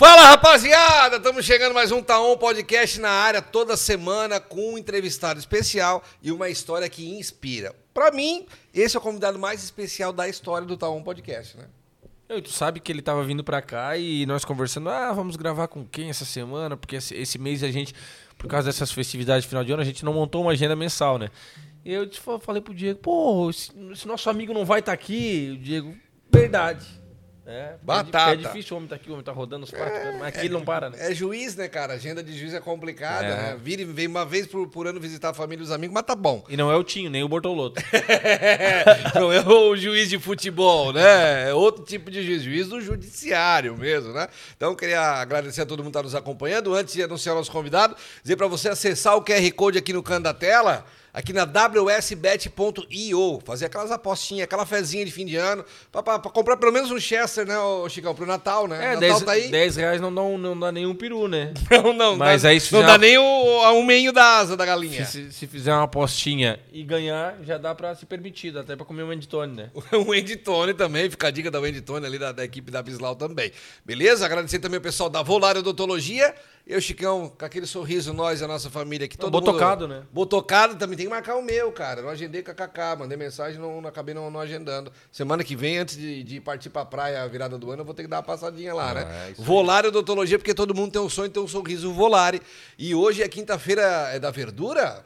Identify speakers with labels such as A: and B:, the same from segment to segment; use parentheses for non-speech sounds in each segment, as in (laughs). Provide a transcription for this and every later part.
A: Fala rapaziada, estamos chegando mais um Taon Podcast na área toda semana com um entrevistado especial e uma história que inspira. Pra mim, esse é o convidado mais especial da história do Taon Podcast, né?
B: E tu sabe que ele tava vindo pra cá e nós conversando, ah, vamos gravar com quem essa semana? Porque esse, esse mês a gente, por causa dessas festividades de final de ano, a gente não montou uma agenda mensal, né? E eu te fa- falei pro Diego, pô, esse, esse nosso amigo não vai estar aqui, o Diego, verdade. É, porque
A: Batata.
B: É, di- é difícil o homem tá aqui, o homem tá rodando os quatro, cantos, mas aqui ele não para, né?
A: É juiz, né, cara? Agenda de juiz é complicada,
B: É.
A: né? Vira e vem uma vez por, por ano visitar a família e os amigos, mas tá bom.
B: E não é o Tinho, nem o Bortoloto.
A: (laughs) Não é o juiz de futebol, né? É outro tipo de juiz, juiz do judiciário mesmo, né? Então, queria agradecer a todo mundo que está nos acompanhando. Antes de anunciar o nosso convidado, dizer para você acessar o QR Code aqui no canto da tela, aqui na wsbet.io, fazer aquelas apostinhas, aquela fezinha de fim de ano, para comprar pelo menos um Chester, né, ô Chicão, pro Natal, né?
B: É,
A: Natal
B: 10,
A: tá aí.
B: reais não dá, um- não dá nenhum peru, né?
A: (laughs) Não, não,
B: Mas
A: dá,
B: aí se
A: não
B: fizer
A: dá
B: uma-
A: nem o, a um meio da asa da galinha.
B: Se, se fizer uma apostinha e ganhar, já dá pra se permitir, dá até pra comer um Endtone, né?
A: (laughs) O Wendy Tony também, fica a dica da Wendy Tony ali da, da equipe da Bislau também. Beleza? Agradecer também o pessoal da Volar Odontologia. Eu, Chicão, com aquele sorriso, nós, a nossa família aqui. Todo
B: Botocado,
A: mundo,
B: né?
A: Botocado também tem que marcar o meu, cara. Eu não agendei com a Kaká, mandei mensagem, não, não acabei não, não agendando. Semana que vem, antes de, de partir pra praia, a virada do ano, eu vou ter que dar uma passadinha
B: Ah,
A: lá,
B: é
A: né? Volare Odontologia, porque todo mundo tem um sonho, tem um sorriso Volare. E hoje é quinta-feira, é da verdura?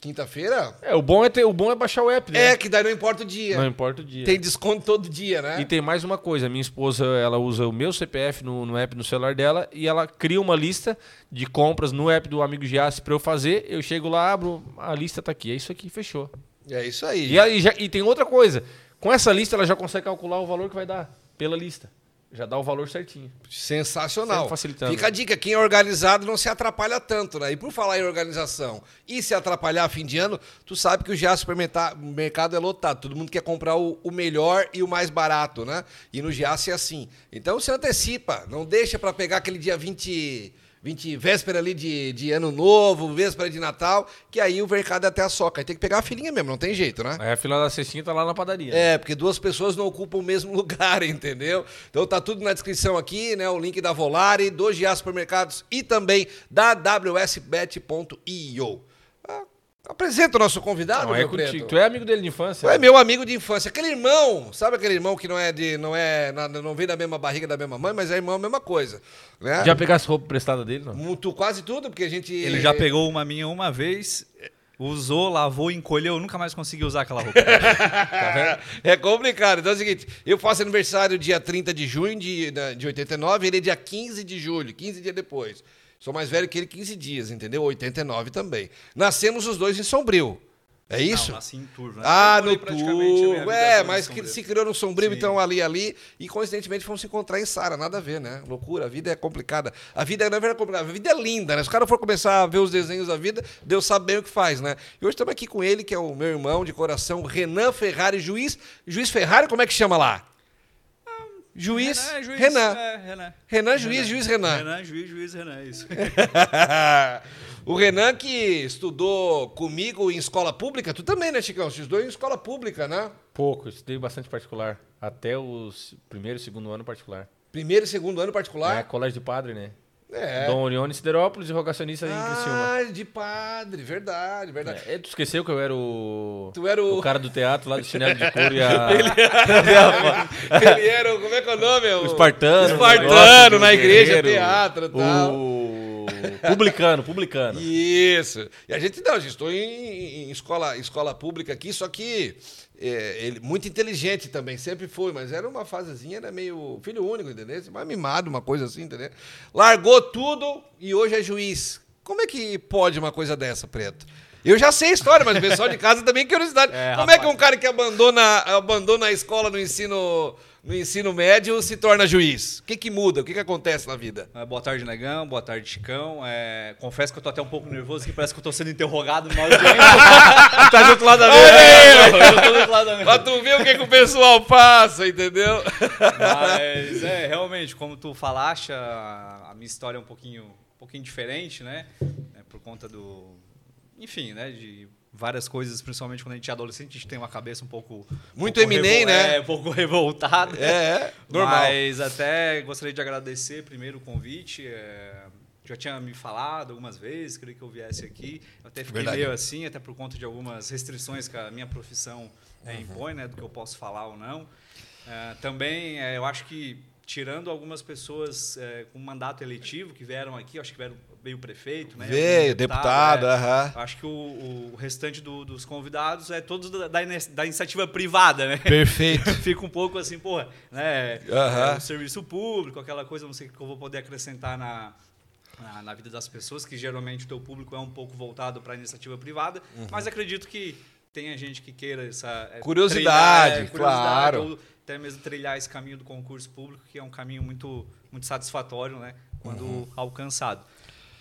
A: Quinta-feira?
B: É, o bom é, ter, o bom é baixar o app, né?
A: É, que daí não importa o dia.
B: Não importa o dia.
A: Tem desconto todo dia, né?
B: E tem mais uma coisa, minha esposa, ela usa o meu CPF no, no app no celular dela e ela cria uma lista de compras no app do amigo Giassi pra eu fazer, eu chego lá, abro, a lista tá aqui, é isso aqui, fechou.
A: É isso aí.
B: E, aí já, e tem outra coisa, com essa lista ela já consegue calcular o valor que vai dar pela lista. Já dá o valor certinho.
A: Sensacional.
B: Sempre facilitando.
A: Fica a dica, quem é organizado não se atrapalha tanto, né? E por falar em organização e se atrapalhar a fim de ano, tu sabe que o GA Supermercado é lotado. Todo mundo quer comprar o, o melhor e o mais barato, né? E no GAS é assim. Então se antecipa, não deixa pra pegar aquele dia 20... 20, véspera ali de, de ano novo, véspera de Natal, que aí o mercado é até a soca. Aí tem que pegar a filhinha mesmo, não tem jeito, né?
B: Aí a fila da cestinha tá lá na padaria.
A: É, porque duas pessoas não ocupam o mesmo (laughs) lugar, entendeu? Então tá tudo na descrição aqui, né? O link da Volare, do GA Supermercados e também da WSBet.io. Ah, apresenta o nosso convidado,
B: Não, é
A: meu
B: contigo.
A: preto.
B: Tu é amigo dele de infância?
A: Tu é meu amigo de infância, aquele irmão, sabe aquele irmão que não é de, não é, na- não vem da mesma barriga da mesma mãe, mas é irmão, a mesma coisa, né?
B: Já pegasse roupa emprestada dele, não?
A: Muito quase tudo, porque a gente
C: Ele já pegou uma minha uma vez, usou, lavou, encolheu, nunca mais consegui usar aquela
A: (laughs)
C: roupa.
A: É complicado. Então é o seguinte, eu faço aniversário dia 30 de junho de, da- de 89, ele é dia 15 de julho, 15 dias depois. Sou mais velho que ele 15 dias, entendeu? 89 também. Nascemos os dois em Sombrio. É isso?
C: Não, assim, em Turvo, né?
A: Ah,
C: Eu
A: no
C: morei praticamente a minha
A: Turvo.
C: vida
A: É,
C: toda em
A: mas
C: São
A: que
C: Bento.
A: se criou no Sombrio,
C: Sim.
A: então, ali, ali. E, coincidentemente, fomos se encontrar em Sara. Nada a ver, né? Loucura. A vida é complicada. A vida, na verdade, é complicada. A vida é linda, né? Se o cara for começar a ver os desenhos da vida, Deus sabe bem o que faz, né? E hoje estamos aqui com ele, que é o meu irmão de coração, Renan Ferrari, juiz. Juiz Ferrari, como é que chama lá? Juiz Renan.
C: é juiz, é, Renan.
A: Renan, juiz, juiz Renan.
C: Renan, juiz, juiz, Renan,
A: (laughs)
C: é isso. é.
A: o Renan que estudou comigo em escola pública. Tu também, né, Chicão? Vocês dois em escola pública, né?
B: Pouco, eu estudei bastante particular. Até os primeiro e segundo ano particular.
A: Primeiro e segundo ano
B: É,
A: particular?
B: colégio de padre, né?
A: Ah. É.
B: Dom Orione Siderópolis e Rogacionista em Criciúma.
A: Ah, de padre, verdade, verdade.
B: É, tu esqueceu que eu era o...
A: Tu era o-
B: o cara do teatro lá do chinelo de couro
A: (laughs)
B: e a...
A: Ele era, o- como é que é o nome? O,
B: o espartano. o
A: Espartano,
B: negócio,
A: na
B: o
A: igreja,
B: guerreiro,
A: teatro e tal.
B: O... Publicano, publicano.
A: Isso. E a gente não, a gente estou em, em escola, escola pública aqui, só que é, ele muito inteligente também, sempre foi, mas era uma fasezinha, era meio filho único, entendeu? Mais mimado, uma coisa assim, entendeu? Largou tudo e hoje é juiz. Como é que pode uma coisa dessa, Preto? Eu já sei a história, mas o pessoal de casa também tem curiosidade.
B: É,
A: Como é que um cara que abandona, abandona a escola no ensino, no ensino médio se torna juiz? O que, que muda? O que, que acontece na vida?
C: Ah, Boa tarde, Negão. Boa tarde, Chicão. É, confesso que eu tô até um pouco nervoso, que parece que eu tô sendo interrogado
A: (laughs)
C: numa audiência. tá do outro lado da mesa. Eu tô do outro lado da mesa.
A: Pra tu ver o que, que o pessoal passa, entendeu?
C: Mas é, realmente, como tu falaste, a, a minha história é um pouquinho, um pouquinho diferente, né? É, Por conta do. Enfim, né? De várias coisas, principalmente quando a gente é adolescente, a gente tem uma cabeça um pouco.
A: Muito
C: pouco
A: Eminem, né?
C: É, um pouco revoltada.
A: É, é, normal.
C: Mas até gostaria de agradecer primeiro o convite. é, já tinha me falado algumas vezes, queria que eu viesse aqui. Eu até fiquei
A: Verdade.
C: meio assim, até por conta de algumas restrições que a minha profissão
A: Uhum.
C: é, impõe, né, do que eu posso falar ou não. É, também, é, eu acho que, tirando algumas pessoas é, com mandato eletivo que vieram aqui, eu acho que vieram veio o prefeito, né?
A: Veio,
C: algum
A: deputado, é.
C: né?
A: aham.
C: Eu Acho que o, o restante do- dos convidados é todos da, da ine- da iniciativa privada, né?
A: Perfeito.
C: (laughs) Fica um pouco assim, porra, né?
A: Aham.
C: É, o serviço público, aquela coisa, não sei o que eu vou poder acrescentar na, na, na vida das pessoas, que geralmente o teu público é um pouco voltado para a iniciativa privada, mas acredito que tenha gente que queira essa... é,
A: Curiosidade,
C: trilhar,
A: claro.
C: ou até mesmo trilhar esse caminho do concurso público, que é um caminho muito, muito satisfatório, né? Quando
A: Uhum.
C: alcançado.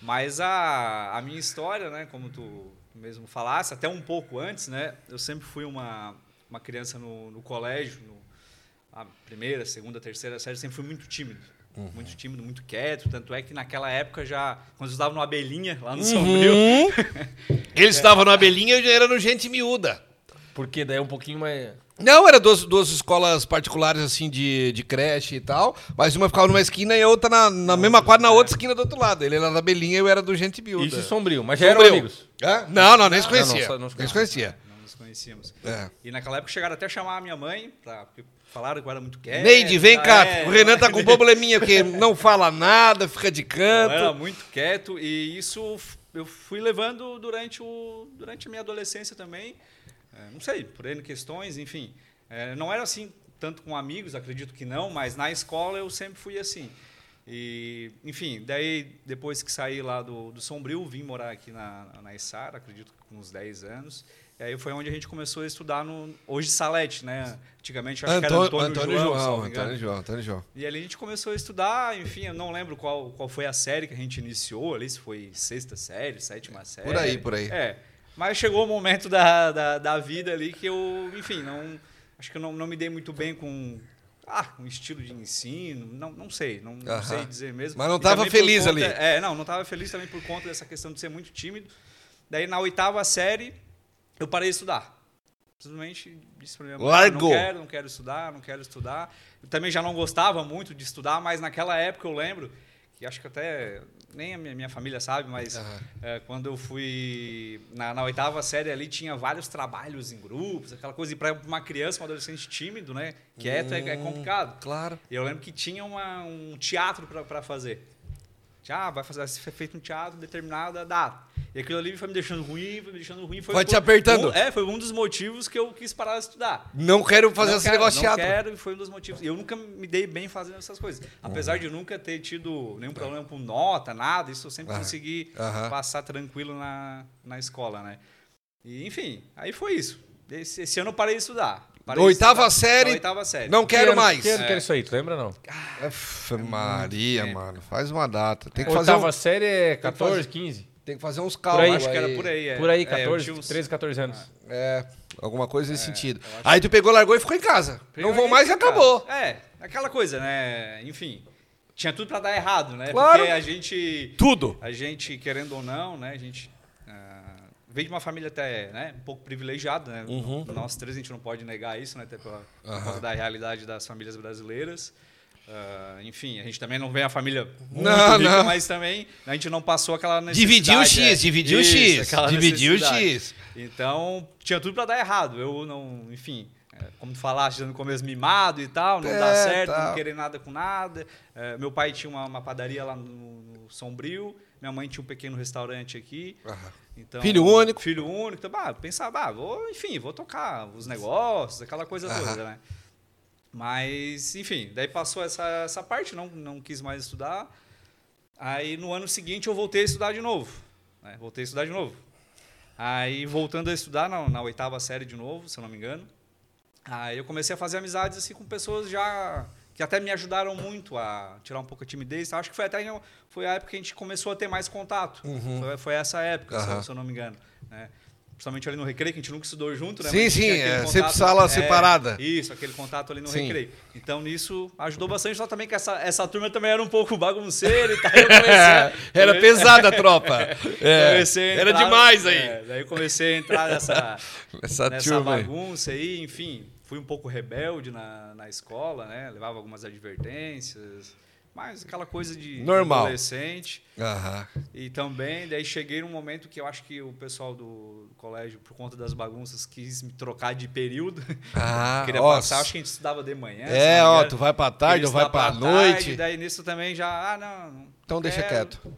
C: Mas a, a minha história, né, como tu mesmo falasse, até um pouco antes, né, eu sempre fui uma, uma criança no, no colégio, no, a primeira, segunda, terceira série, sempre fui muito tímido.
A: Uhum.
C: Muito tímido, muito quieto. Tanto é que naquela época já, quando eu estava no Abelhinha, lá no Sombrio, (laughs)
A: Uhum. Ele estava no Abelhinha e eu já era no Gente Miúda.
B: Porque daí é um pouquinho mais.
A: Não, era duas, duas escolas particulares, assim, de, de creche e tal, mas uma ficava numa esquina e a outra na, na mesma quadra, na
C: é.
A: outra esquina do outro lado. Ele era da Belinha e eu era do Gente Miúda.
B: Isso e sombrio, mas já eram
A: Sombrio.
B: amigos.
A: Hã? Não, não, nem se
B: não, não,
A: conhecia.
B: só- não
A: nem
B: se
A: se conhecia.
C: Ah, não nos conhecíamos.
A: É.
C: E naquela época chegaram até a chamar a minha mãe, pra, porque falaram que eu era muito quieto.
A: Neide, vem
C: tá,
A: cá.
C: é,
A: o Renan tá com um probleminha
C: (laughs)
A: porque não fala nada, fica de
C: Eu era
A: canto.
C: muito quieto e isso f- eu fui levando durante, o, durante a minha adolescência também. É, não sei, por N questões, enfim. É, não era assim tanto com amigos, acredito que não, mas na escola eu sempre fui assim. E, enfim, daí depois que saí lá do, do Sombrio, vim morar aqui na, na Isara, acredito que com uns 10 anos. E aí foi onde a gente começou a estudar no hoje Salete, né? Antigamente eu acho
A: Antônio,
C: que era Antônio,
A: Antônio
C: João, se não
A: João,
C: me engano.
A: Antônio João, Antônio João.
C: E ali a gente começou a estudar, enfim, eu não lembro qual, qual foi a série que a gente iniciou ali, se foi sexta série, sétima série.
A: Por aí, por aí.
C: É. Mas chegou o momento da, da, da vida ali que eu, enfim, não. Acho que eu não, não me dei muito bem com. Ah, com estilo de ensino, não, não sei, não, não
A: Aham.
C: sei dizer mesmo.
A: Mas não
C: E
A: tava
C: também por
A: feliz
C: conta-
A: ali.
C: É, não, não estava feliz também por conta dessa questão de ser muito tímido. Daí na oitava série, eu parei de estudar. Simplesmente disse pra minha mãe, "Ah,
A: Largou.
C: não quero, não quero estudar, não quero estudar. Eu também já não gostava muito de estudar, mas naquela época eu lembro, que acho que até nem a minha, minha família sabe, mas
A: Aham.
C: é, quando eu fui na, na oitava série ali, tinha vários trabalhos em grupos, aquela coisa, e para uma criança, um adolescente tímido, né, quieto, é,
A: Hum.
C: é complicado.
A: Claro.
C: E eu lembro que tinha uma- um teatro para fazer. Ah, vai fazer vai ser feito um teatro em determinada data. E aquilo ali foi me deixando ruim, foi me deixando ruim. Foi,
A: Vai te
C: foi-
A: apertando.
C: um- é, foi um dos motivos que eu quis parar de estudar.
A: Não quero fazer
C: Não
A: esse
C: quero,
A: negócio de
C: Não
A: teatro.
C: quero, e foi um dos motivos. E eu nunca me dei bem fazendo essas coisas. Apesar de nunca ter tido nenhum problema com nota, nada, isso eu sempre
A: Aham.
C: consegui
A: Aham.
C: passar tranquilo na, na escola, né? E, enfim, aí foi isso. Esse, esse ano eu parei de estudar. Parei de
A: Oitava
C: estudar.
A: série,
C: Da Oitava série.
A: Não
B: Que
A: quero
B: ano-
A: mais. É.
B: Que ano que era isso aí? Tu lembra não?
A: Aff, Maria,
C: É.
A: mano. Faz uma data. Tem que, fazer,
B: Oitava
A: um-
B: série é
A: que fazer-
B: 14, 15.
A: tem que fazer uns
B: aí.
A: cálculos.
C: Acho que era por aí. é.
B: Por aí,
C: É, eu
B: 14,
C: tinha uns-
B: 13, 14 anos.
A: É, alguma coisa nesse sentido. Aí tu pegou, largou e ficou em casa. não vou mais e
C: e
A: acabou.
C: É, aquela coisa, né? Enfim, tinha tudo pra dar errado, né?
A: Claro.
C: Porque a gente,
A: Tudo.
C: a gente, querendo ou não, né? A gente ah, veio de uma família até né, um pouco privilegiada, né?
A: Uhum.
C: Nós três, a gente não pode negar isso, né? Até pela, por
A: Aham.
C: conta da realidade das famílias brasileiras. Ah, enfim, a gente também não vem a família muito
A: Não,
C: rica,
A: não.
C: mas também a gente não passou aquela necessidade.
A: Dividiu o X,
C: é.
A: dividiu o
C: Isso,
A: X.
C: aquela
A: Dividiu o
C: necessidade. (laughs)
A: X.
C: Então, tinha tudo pra dar errado. Eu não, enfim, é, como tu falaste no começo, mimado e tal, não dá
A: É,
C: certo,
A: tal.
C: não querer nada com nada. É, meu pai tinha uma, uma padaria lá no, no Sombrio, minha mãe tinha um pequeno restaurante aqui.
A: Aham.
C: Então,
A: Filho único.
C: Filho único. Então, bah, pensava, ah, vou, enfim, vou tocar os negócios, aquela coisa
A: Aham.
C: toda, né? Mas, enfim, daí passou essa, essa parte, não, não quis mais estudar. Aí no ano seguinte eu voltei a estudar de novo. né? Voltei a estudar de novo. Aí voltando a estudar na, na oitava série de novo, se eu não me engano. Aí eu comecei a fazer amizades assim com pessoas já que até me ajudaram muito a tirar um pouco a timidez. Acho que foi até foi a época que a gente começou a ter mais contato. Foi, foi essa época, se, eu,
A: Uhum. Aham.
C: se eu não me engano. né? Principalmente ali no recreio, que a gente nunca estudou junto, né?
A: Sim,
C: Mas
A: sim,
C: tinha aquele
A: é, sempre sala separada.
C: Isso, aquele contato ali no
A: Sim.
C: recreio. Então, nisso, ajudou bastante. Só também que essa, essa turma também era um pouco bagunceira e tal. (laughs) Eu comecei,
A: É, (laughs) Era pesada a
C: (laughs)
A: tropa. É,
C: comecei a
A: era
C: entrar-
A: demais aí. Tá
C: é, daí eu comecei a
A: (laughs)
C: entrar nessa,
A: Essa
C: nessa
A: turma aí.
C: bagunça aí, enfim, fui um pouco rebelde na, na escola, né? Levava algumas advertências, mas aquela coisa de
A: Normal.
C: adolescente.
A: Aham.
C: E também, daí cheguei num momento que eu acho que o pessoal do colégio, por conta das bagunças, quis me trocar de período. (laughs)
A: Ah,
C: Queria
A: ó,
C: passar, acho que a gente estudava de manhã. se
A: É,
C: não me
A: ó,
C: engano.
A: tu vai pra tarde
C: Queria
A: ou vai pra,
C: estudar
A: noite.
C: tá tarde, daí nisso também já, ah, não. não
A: Então deixa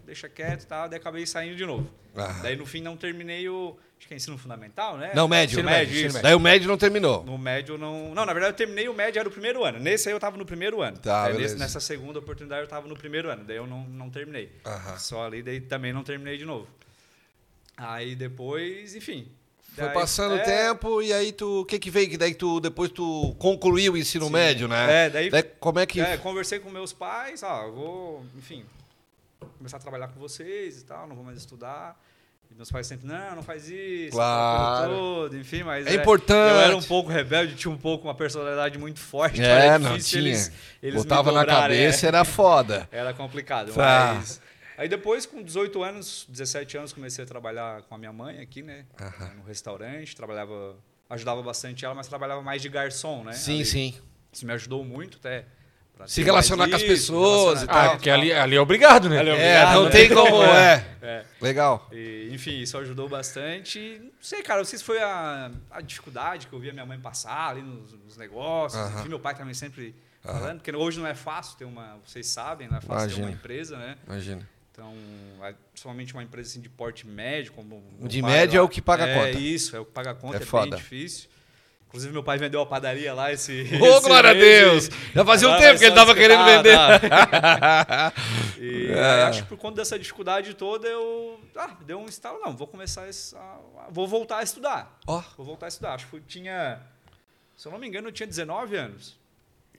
C: Deixa quieto e tal, daí acabei saindo de novo.
A: Aham.
C: Daí no fim não terminei o. Acho que é ensino fundamental, né?
A: Não, médio.
C: Ensino médio, isso.
A: Daí o médio não terminou.
C: No médio não. Não, na verdade eu terminei o médio, era o primeiro ano. Nesse aí eu tava no primeiro ano.
A: Tá,
C: Daí nesse-
A: beleza.
C: nessa segunda oportunidade eu tava no primeiro ano. Daí eu não, não terminei.
A: Aham.
C: Só ali, daí também não terminei de novo. Aí depois, enfim.
A: Foi
C: Daí-
A: passando o
C: é,
A: tempo e aí tu. O que que veio? Que daí tu depois tu concluiu o ensino
C: Sim.
A: médio, né?
C: É, daí-
A: como é que.
C: É, conversei com meus pais, ó, eu vou, enfim, começar a trabalhar com vocês e tal, não vou mais estudar. E meus pais sempre, não, não faz isso, aquela coisa
A: Claro.
C: toda, enfim, mas
A: É importante.
C: Eu era um pouco rebelde, tinha um pouco uma personalidade muito forte, então
A: É,
C: era
A: não
C: difícil
A: tinha.
C: eles, eles me
A: Botava na
C: dobrarem, é.
A: cabeça, era foda.
C: Era complicado,
A: Tá.
C: mas... Aí depois, com 18 anos, 17 anos, comecei a trabalhar com a minha mãe aqui, né? No restaurante, trabalhava... Ajudava bastante ela, mas trabalhava mais de garçom, né?
A: Sim,
C: Ali.
A: sim.
C: Isso me ajudou muito até... pra
A: Se
C: ter
A: relacionar
C: mais
A: com as
C: isso,
A: pessoas
C: relacionar-
A: e tal.
B: Ah, porque ali, ali é obrigado, né?
C: Tá, Ali é
A: É,
C: Obrigado,
A: não
C: né?
A: tem como. É.
C: (laughs) É.
A: Legal.
C: E, enfim, isso ajudou bastante. E Não sei, cara, não sei se foi a, a dificuldade que eu via minha mãe passar ali nos, nos negócios.
A: Aham.
C: Enfim, meu pai também sempre falando, porque hoje não é fácil ter uma... Vocês sabem, não é fácil ter
A: Imagino.
C: uma empresa, né?
A: Imagina.
C: Então, a- principalmente uma empresa assim, de porte médio, como meu
A: De
C: pai
A: médio
C: lá.
A: é o que paga a
C: é,
A: conta.
C: isso, é o que paga a conta,
A: É
C: é,
A: foda.
C: bem difícil. Inclusive, meu pai vendeu a padaria lá esse.
A: Ô,
C: esse
A: glória a
C: mês
A: Deus!
C: e-
A: Já fazia um
C: Ah,
A: tempo
C: mas
A: que ele
C: só tá.
A: tava querendo
C: escutar,
A: vender. É.
C: E aí, acho que por conta dessa dificuldade toda, eu. Ah, deu um estalo, não, vou começar. esse- a- a- vou voltar a estudar.
A: (laughs) Ó,
C: Vou voltar a estudar. Acho que eu tinha. Se eu não me engano, eu tinha 19 anos.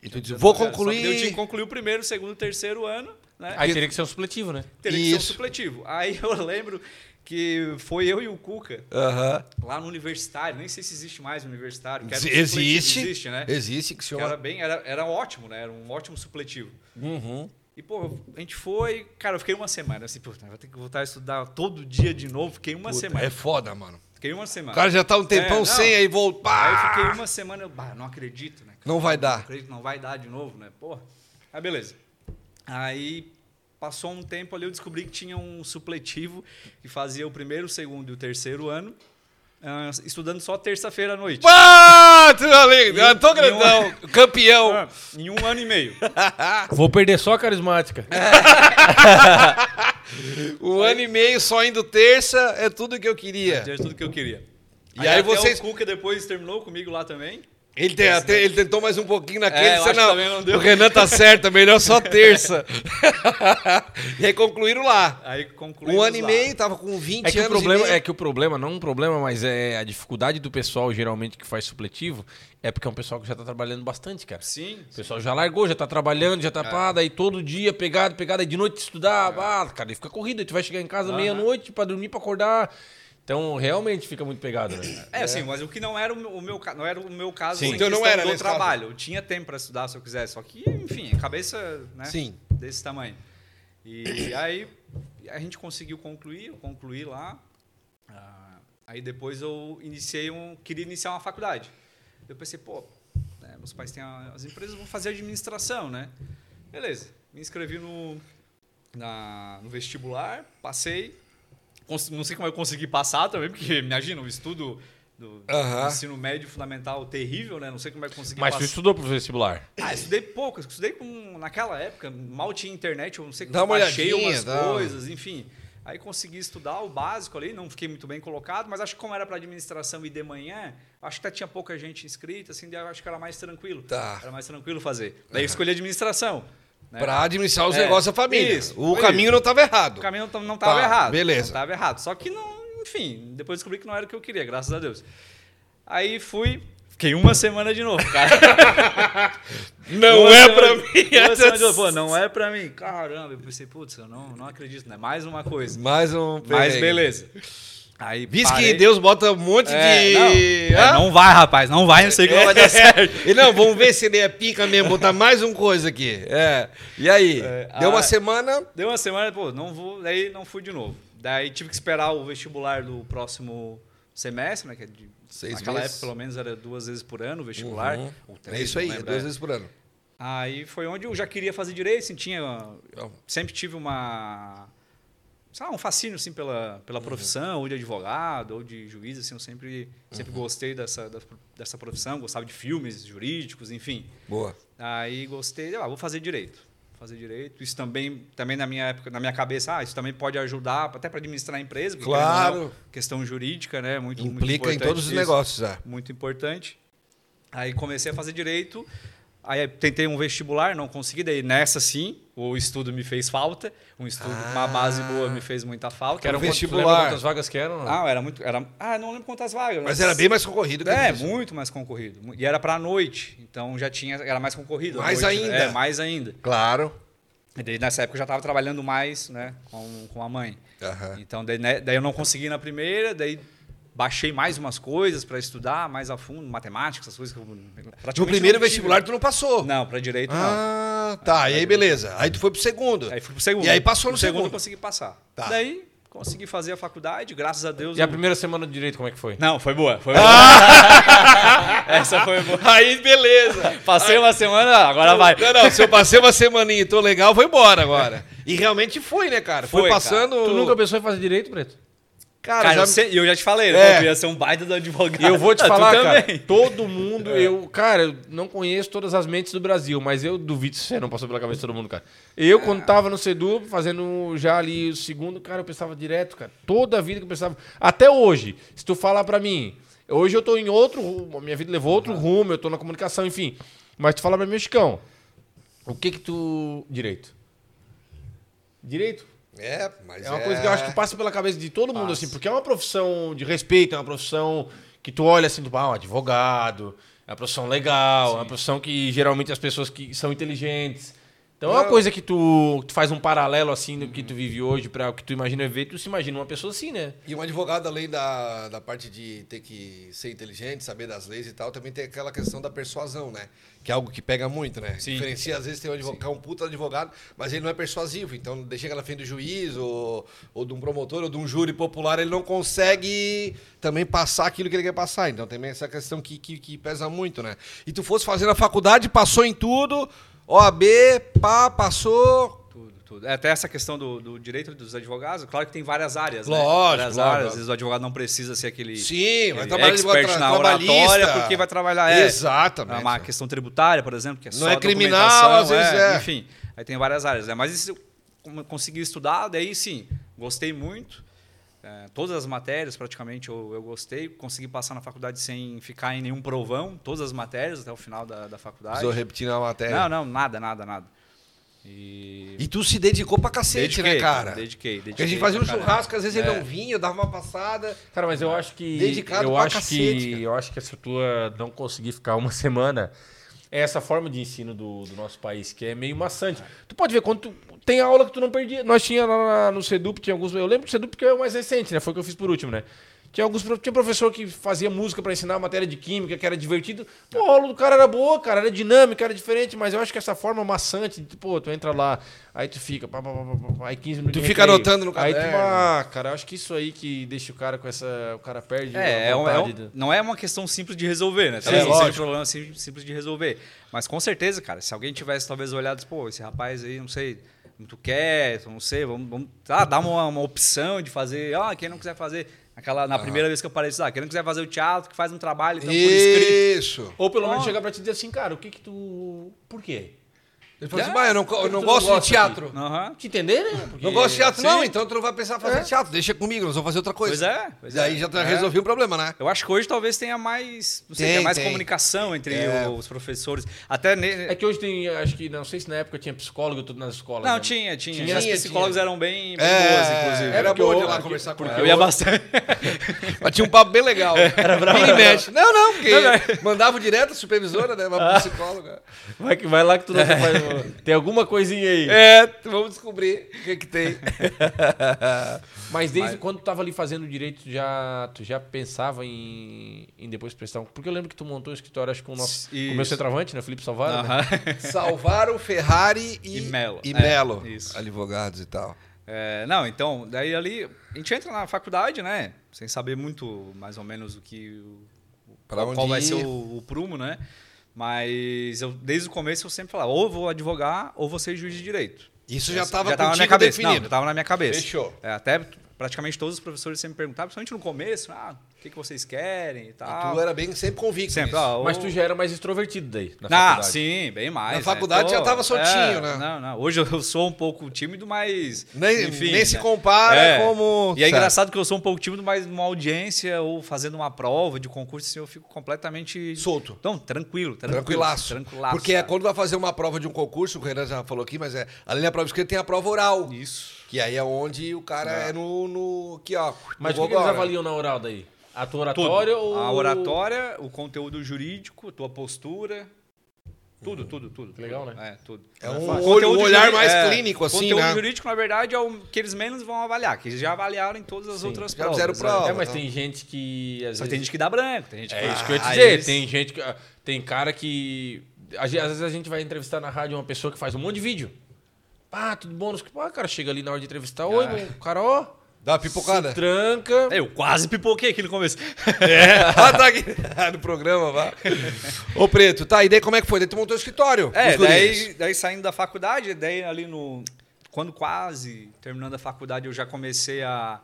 A: e tu diz, vou
C: 19 anos. Só que daí Eu tinha que
A: concluir.
C: concluir o primeiro, o segundo, o terceiro ano, né?
B: Aí teria que ser um supletivo, né?
C: Teria que ser um
A: Isso.
C: supletivo. Aí (laughs) eu lembro que foi eu e o Cuca
A: Aham.
C: lá no universitário. Nem sei se existe mais o universitário. que era um supletivo.
A: Existe.
C: Existe, né?
A: Existe, que é se
C: Que Era, bem, era, era ótimo, né? Era um ótimo supletivo.
A: Uhum.
C: E, pô, a gente foi. Cara, eu fiquei uma semana. Assim, pô, vou ter que voltar a estudar todo dia de novo. Fiquei uma
A: Puta,
C: semana.
A: É foda, mano.
C: Fiquei uma semana.
A: O cara já tá um tempão
C: É, não.
A: sem, aí voltar.
C: Aí eu fiquei uma semana, eu bah, não acredito, né?
A: Não vai
C: Não
A: dar.
C: acredito, não vai dar de novo, né? Porra. Aí beleza. Aí passou um tempo ali, eu descobri que tinha um supletivo que fazia o primeiro, o segundo e o terceiro ano, ah, estudando só terça-feira à noite.
A: Pá, tu tá ligado?
C: E- um-
A: Eu tô
C: e (laughs)
A: grandão, campeão.
C: Ah, Em um ano e meio. Ah.
B: Vou perder só a carismática.
C: É,
A: Um ano e meio só indo terça é tudo que eu queria.
C: Era tudo que eu queria.
A: E aí
C: até
A: vocês-
C: O Cuca depois terminou comigo lá também.
A: Ele, tem- até- ele tentou mais um pouquinho naquele,
C: né? É, eu
A: disse,
C: acho que
A: não,
C: também não deu.
A: o Renan tá certo, é melhor só
C: (laughs)
A: terça. e aí concluíram lá.
C: Aí concluímos
A: Um ano e
C: lá.
A: meio, tava com 20
B: É que, o
A: anos
B: problema,
A: e meio.
B: é que o problema, não um problema, mas é a dificuldade do pessoal, geralmente, que faz supletivo, é porque é um pessoal que já tá trabalhando bastante, cara.
C: Sim.
A: É.
B: O pessoal já largou, já tá trabalhando,
C: É.
B: já tá pá, daí todo dia pegado, pegado, aí de noite estudar, ah, cara, aí fica corrida, tu vai chegar em casa
C: Aham.
B: meia-noite pra dormir, pra acordar. Então, realmente fica muito pegado, né?
C: É, assim, mas o que não era o meu, o meu ca- não era o meu caso
A: Sim.
C: em
A: Então não
C: questão
A: era
C: do
A: nesse caso.
C: trabalho. Eu tinha tempo para estudar se eu quisesse, só que, enfim, a cabeça, né,
A: Sim.
C: desse tamanho. E, aí a gente conseguiu concluir, eu concluí lá. Ah, aí depois eu iniciei um, queria iniciar uma faculdade. Eu pensei, pô, né, meus pais têm a- as empresas, vão fazer administração, né? Beleza. Me inscrevi no na- no vestibular, passei. Cons- Não sei como eu consegui passar também, porque imagina, o estudo do do
A: Aham.
C: ensino médio fundamental terrível, né? Não sei como é que eu consegui
B: Mas tu
C: passar.
B: estudou pro vestibular.
C: Ah, estudei pouco, estudei com naquela época, mal tinha internet, eu não sei
A: Dá uma
C: baixei
A: olhadinha,
C: umas
A: dá um- uma-
C: coisas, enfim. Aí consegui estudar o básico ali, não fiquei muito bem colocado, mas acho que como era para administração e de manhã, acho que até tinha pouca gente inscrita, assim, daí eu acho que era mais tranquilo.
A: Tá.
C: Era mais tranquilo fazer. Daí eu escolhi administração. Né?
A: Pra administrar os
C: É,
A: negócios da família.
C: isso,
A: o
C: foi
A: caminho não tava errado.
C: O caminho não, t- não tava
A: Tá,
C: errado.
A: beleza.
C: Não tava errado. Só que não, enfim, depois descobri que não era o que eu queria, graças a Deus. Aí fui, Fiquei uma semana de novo, cara.
A: Não é pra mim.
C: Uma semana- uma semana de novo. Pô, não é pra mim. Caramba, eu pensei, putz, eu não, não acredito, né? Mais uma coisa.
A: (laughs) Mais um.
C: Mas
A: perrengue.
C: beleza. Aí
A: Diz que
C: parei.
A: Deus bota um monte
C: É,
A: de.
C: Não, É,
A: Hã?
C: não vai, rapaz, não vai, não sei como
A: (laughs)
C: vai dar certo.
A: E não, vamos ver se ele é pica mesmo, botar mais uma coisa aqui. É. E aí?
C: É,
A: Deu uma
C: a-
A: semana.
C: Deu uma semana, pô, não vou, daí não fui de novo. Daí tive que esperar o vestibular do próximo semestre, né? Que é de,
A: Seis
C: naquela
A: meses.
C: época, pelo menos, era duas vezes por ano o vestibular.
A: Uhum.
C: Ou três,
A: É isso
C: não
A: aí, é
C: lembro,
A: duas
C: é.
A: vezes por ano.
C: Aí foi onde eu já queria fazer direito, assim, tinha, sempre tive uma, sei lá, um fascínio assim pela, pela
A: Uhum.
C: profissão, ou de advogado, ou de juiz, assim, eu sempre, sempre
A: Uhum.
C: gostei dessa, da- dessa profissão, gostava de filmes jurídicos, enfim.
A: Boa.
C: Aí gostei, ah, vou fazer direito. Vou Fazer direito. Isso também, também na minha época, na minha cabeça, ah, isso também pode ajudar até para administrar a empresa. porque,
A: Claro.
C: querendo ou não, Questão jurídica, né? Muito, muito
A: Implica em
C: importante
A: todos os
C: isso
A: negócios é. já.
C: muito importante. Aí comecei a fazer direito. Aí tentei um vestibular, não consegui. Daí nessa sim, o estudo me fez falta. Um estudo com uma
A: Ah.
C: base boa me fez muita falta.
A: Era
B: Eram
A: um
B: quant-
A: vestibular.
B: lembra quantas vagas que eram?
C: Ah, era muito. Era, ah, não lembro quantas vagas.
A: Mas era bem mais concorrido que
C: É,
A: isso.
C: muito mais concorrido. Mu- E era pra noite. Então já tinha. Era mais concorrido. à
A: Mais
C: noite, né?
A: ainda.
C: É, mais ainda.
A: Claro.
C: E daí nessa época eu já estava trabalhando mais, né? Com, com a mãe.
A: Aham.
C: Então, daí, né, daí eu não consegui na primeira, daí baixei mais umas coisas para estudar mais a fundo, matemática, essas coisas que eu praticamente
A: No Tipo, primeiro
C: não tive.
A: vestibular tu não passou.
C: Não, para direito
A: Ah, tá. E aí, beleza. Aí tu foi pro segundo.
C: não. Aí fui pro segundo.
A: E aí passou no
C: Pro segundo.
A: segundo.
C: eu consegui passar.
A: Tá.
C: Daí consegui fazer a faculdade, graças a Deus.
B: E a
C: eu-
B: primeira semana de direito, como é que foi?
C: Não, foi
A: (laughs)
C: boa, foi boa. Essa foi boa.
A: Aí, beleza.
C: Passei uma semana, agora vai.
A: Não, não, se eu passei uma semaninha e tô legal, vou embora agora. E realmente foi, né, cara? Foi,
C: Foi, cara.
A: passando.
B: Tu nunca pensou em fazer direito, Preto?
A: Cara,
C: Cara,
A: já-
C: eu, sei- eu já te falei, né?
A: É.
C: eu ia ser um baita do advogado.
B: Eu vou te
C: Ah, (laughs) tu
B: falar, cara,
C: também.
B: todo (laughs) mundo, eu, cara, eu não conheço todas as mentes do Brasil, mas eu duvido se você não passou pela cabeça de todo mundo, cara. Eu, quando tava no Sedu, fazendo já ali o segundo, cara, eu pensava direto, cara. Toda a vida que eu pensava. Até hoje, se tu falar pra mim, hoje eu tô em outro rumo, a minha vida levou outro rumo, eu tô na comunicação, enfim. Mas tu fala pra mim, Chicão, o que que tu. Direito. Direito?
A: É, mas
B: É uma coisa que eu acho que passa pela cabeça de todo mundo, assim, porque é uma profissão de respeito, é uma profissão que tu olha assim, tu, ah, um advogado, é uma profissão legal, é uma profissão que geralmente as pessoas que são inteligentes. Então é uma
A: Não.
B: coisa que tu, tu faz um paralelo assim do que tu vive hoje pra o que tu imagina ver, tu se imagina uma pessoa assim, né?
A: E um advogado, além da, da parte de ter que ser inteligente, saber das leis e tal, também tem aquela questão da persuasão, né? Que é algo que pega muito, né?
C: Sim.
A: Diferencia, às vezes, tem um, advogado, um puta advogado, mas ele não é persuasivo. Então, de- chega na frente do juiz, ou, ou de um promotor, ou de um júri popular, ele não consegue também passar aquilo que ele quer passar. Então, também essa questão que, que, que pesa muito, né? E tu fosse fazer na faculdade, passou em tudo, OAB, pá, passou...
C: Tudo, tudo. É, Até essa questão do, do direito dos advogados, claro que tem várias áreas, né?
A: Lógico,
C: Várias
A: lógico.
C: áreas. Às vezes o advogado não precisa ser aquele, é
A: Sim, vai
C: aquele
A: trabalhar de
C: expert
A: tra-
C: na
A: trabalhista.
C: oratória, porque vai trabalhar é,
A: Exatamente.
C: uma questão tributária, por exemplo, que é
A: Não
C: só
A: é criminal,
C: documentação,
A: às vezes é.
C: Enfim, aí tem várias áreas. Né? Mas isso, eu como eu consegui estudar, daí sim, gostei muito. É, todas as matérias, praticamente, eu, eu gostei. Consegui passar na faculdade sem ficar em nenhum provão. Todas as matérias até o final da, da faculdade.
A: Precisou repetir na matéria.
C: Não, não, nada, nada, nada. E
A: E tu se dedicou pra cacete, né, cara?
C: Dediquei, dediquei.
A: Porque a gente fazia um
C: pra caramba.
A: churrasco, às vezes ele
C: É.
A: não vinha, dava uma passada.
B: Cara, mas eu acho que.
A: Dedicado
B: eu
A: pra
B: acho
A: cacete,
B: que
A: cara.
B: Eu acho que essa tua não conseguir ficar uma (laughs) semana é essa forma de ensino do, do nosso país, que é meio maçante. Tu pode ver quanto. Tem aula que tu não perdia. Nós tinha lá na- no Sedup, tinha alguns. Eu lembro do Sedup porque é o mais recente, né? Foi o que eu fiz por último, né? Tinha alguns pro- tinha professor que fazia música pra ensinar matéria de química, que era divertido. Pô, a aula do cara era boa, cara, era dinâmica, era diferente, mas eu acho que essa forma maçante, de, pô, tu entra lá, aí tu fica, pá, pá, pá, pá, pá, aí 15 minutos. de
A: fica
B: recreio.
A: anotando no
B: Aí tu,
A: caderno.
B: ah, ah, cara, eu acho que isso aí que deixa o cara com essa. O cara perde.
C: É,
B: a
C: é um- é um-
B: vontade do-
C: não é uma questão simples de resolver, né?
B: Sim,
C: Talvez não seja um
B: lógico.
C: problema sim- simples de resolver. Mas com certeza, cara, se alguém tivesse talvez olhado, tipo, pô, esse rapaz aí, não sei, muito quieto, não sei, vamos, vamos tá, dar uma, uma opção de fazer, ah, quem não quiser fazer, aquela, na primeira vez que eu parei, ah, quem não quiser fazer o teatro, que faz um trabalho, então, por escrito.
A: Isso.
B: Ou pelo
C: Ó.
B: menos chegar pra te dizer assim, cara, o que que tu. Por quê?
A: Ele falou
B: Ah,
A: assim, "Bah, eu não, eu
B: porque
A: não
B: tu não
A: gosto
B: gosta
A: de teatro.
C: Aham.
B: Te entender, né? Porque-
A: Não gosto de teatro, não,
B: Sim.
A: então tu não vai pensar em fazer teatro, deixa comigo, nós vamos fazer outra coisa.
C: Pois é. Pois
A: Daí
C: é.
A: já tá,
C: É.
A: resolvi o problema, né?
C: Eu acho que hoje talvez tenha mais, não sei,
A: Tem,
C: tenha mais
A: tem.
C: comunicação entre
A: É.
C: os professores. Até ne...
B: É que hoje tem, acho que, não sei se na época tinha psicólogo e tudo nas escolas.
C: não
B: né?
C: tinha, tinha,
B: Tinha,
C: As psicólogas
B: tinha.
C: eram bem, bem boas,
A: É,
C: inclusive.
A: era
B: porque
A: bom de ir
B: eu-
A: lá
B: porque-
A: conversar com
C: eu
A: ela.
C: ia bastante.
A: Mas tinha um papo bem (laughs) legal. Era bravo. Vira e mexe. Não, não, porque mandava direto a supervisora, né? Uma psicóloga.
B: Vai, que- vai lá
C: É,
B: que tu não faz. Tem alguma coisinha aí.
A: É, (laughs) vamos descobrir o que, que tem.
B: Mas desde quando tu tava ali fazendo direito, tu já, tu já pensava em, em depois prestar um. Porque eu lembro que tu montou um escritório, acho que com o, nosso, com o meu
C: Isso.
B: centroavante, né? Felipe Salvaro. né?
C: Aham. (laughs)
A: Salvaram Ferrari e,
C: E Melo.
A: E
C: É,
A: Melo.
C: isso.
A: Advogados e tal.
C: É, não, então, daí ali a gente entra na faculdade, né? Sem saber muito mais ou menos o que. o-
A: Pra
C: qual,
A: onde
C: qual vai
A: ir.
C: ser o, o prumo, né? Mas eu, desde o começo eu sempre falava, ou vou advogar ou vou ser juiz de direito.
A: Isso já
C: Essa-
A: estava
C: já tava na minha
A: contigo
C: cabeça. Não,
A: definido.
C: já tava na minha cabeça.
A: Fechou.
C: É, até praticamente todos os professores sempre perguntavam, principalmente no começo, ah, o que, que vocês querem e
A: E
C: tal.
A: Ah, tu era bem sempre convicto.
C: Ah. sempre,
A: nisso.
C: ah,
B: Mas
C: ou-
B: tu já era mais extrovertido daí. Na
C: ah,
B: faculdade.
C: sim, bem mais.
A: Na
C: né? é,
A: faculdade já tava soltinho, né?
C: Não, não. Hoje eu sou um pouco tímido, mas.
A: nem
C: enfim,
A: nem se
C: né?
A: compara
C: É.
A: como.
C: E é
A: Certo.
C: engraçado que eu sou um pouco tímido, mas numa audiência ou fazendo uma prova de concurso, assim, eu fico completamente.
A: Solto.
C: Então, tranquilo, tranquilo.
A: Tranquilaço.
C: Tranquilaço.
A: Porque é
C: cara.
A: quando vai fazer uma prova de um concurso, o Renan já falou aqui, mas é, além da prova escrita, tem a prova oral.
C: Isso.
A: Que aí é onde o cara é, no, no. Aqui, ó.
B: Mas
A: no
B: o que, que eles
A: gogó, né?
B: avaliam na oral daí? A tua
C: Tudo.
B: oratória ou.
C: A oratória, o conteúdo jurídico, tua postura. Tudo, tudo, tudo. tudo.
B: Legal, né?
C: É, tudo.
A: É um
C: fácil.
A: olho-
C: Conteúdo
A: um olhar
C: juri-
A: mais
C: é,
A: clínico, assim,
C: Conteúdo
A: né?
C: jurídico, na verdade, é o que eles menos vão avaliar, que eles já avaliaram em todas as
B: Sim,
C: outras
A: já
C: provas.
A: fizeram
C: né?
A: prova.
B: É, mas
A: Não.
B: tem gente que. Às
C: Só que
B: vezes,
C: tem gente que dá branco, tem gente que
B: É isso que eu ia te
C: Ah,
B: dizer.
C: eles-
B: Tem gente que. ah, Tem cara que. Às vezes- às vezes a gente vai entrevistar na rádio uma pessoa que faz um monte de vídeo. Ah, tudo bom? Nos- Ah, cara, chega ali na hora de entrevistar. Oi,
C: Ah. é,
B: meu cara, ó.
A: Dá uma pipocada. (laughs)
B: Se tranca.
C: Eu quase pipoquei aqui no começo.
B: É,
A: Ah, tá aqui (laughs) no programa, vá. Ô, Preto, tá, e daí como é que foi? Daí tu montou o escritório. com
C: (laughs) É,
A: os guris.
C: daí, daí saindo da faculdade, daí ali no. Quando quase terminando a faculdade, eu já comecei a,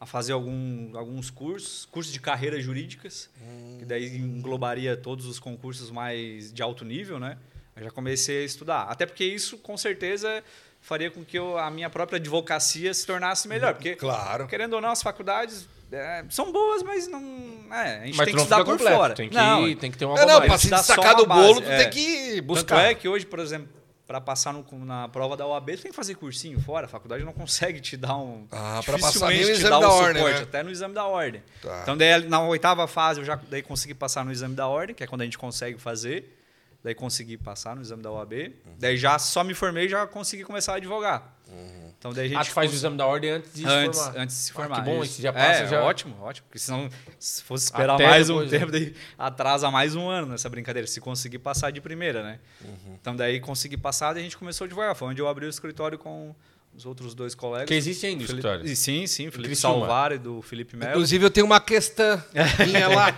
C: a fazer algum, alguns cursos, cursos de carreiras jurídicas,
B: Hum.
C: que daí englobaria todos os concursos mais de alto nível, né? Eu já comecei a estudar. Até porque isso, com certeza, faria com que eu, a minha própria advocacia se tornasse melhor. Porque,
A: Claro.
C: querendo ou não, as faculdades é, são boas, mas não. É, a gente
B: Mas
C: tem
B: tu
C: que
B: não
C: estudar
B: fica
C: por
B: completo.
C: fora.
B: Tem que,
C: Não,
B: tem que ter uma
A: Não, não,
B: bagagem.
A: pra se
C: dá só
A: destacar
C: uma
A: do
C: base,
A: bolo, tu
C: é.
A: tem que buscar.
C: Tanto é que hoje, por exemplo, para passar no- na prova da OAB, tu tem que fazer cursinho fora. A faculdade não consegue te dar um.
A: Ah, pra passar
C: dificilmente
A: nem no
C: te
A: exame
C: dá
A: da
C: um
A: ordem,
C: suporte,
A: né?
C: Até no exame da ordem.
A: Tá.
C: Então, daí, na oitava fase, eu já daí consegui passar no exame da ordem, que é quando a gente consegue fazer. Daí consegui passar no exame da OAB.
A: Uhum.
C: Daí já só me formei e já consegui começar a advogar.
A: Uhum.
C: Então, daí a gente
B: Ah, tu faz o exame da ordem antes de se
C: antes,
B: formar.
C: antes de se
B: Ah,
C: formar.
B: que bom,
C: Isso.
B: esse já passa,
C: é,
B: já-
C: Ótimo, ótimo. Porque senão, se fosse esperar
B: Até
C: mais
B: depois,
C: um
B: né?
C: tempo, daí atrasa mais um ano nessa brincadeira, se conseguir passar de primeira, né?
B: Uhum.
C: Então, daí consegui passar, daí a gente começou a divulgar. Foi onde eu abri o escritório com os outros dois colegas.
B: Que existe ainda o
C: Felipe-
B: escritório.
C: E Sim, sim, Felipe
B: Criciúma.
C: Salvaro e do Felipe Melo.
A: Inclusive, eu tenho uma
B: (laughs)
A: questão minha lá.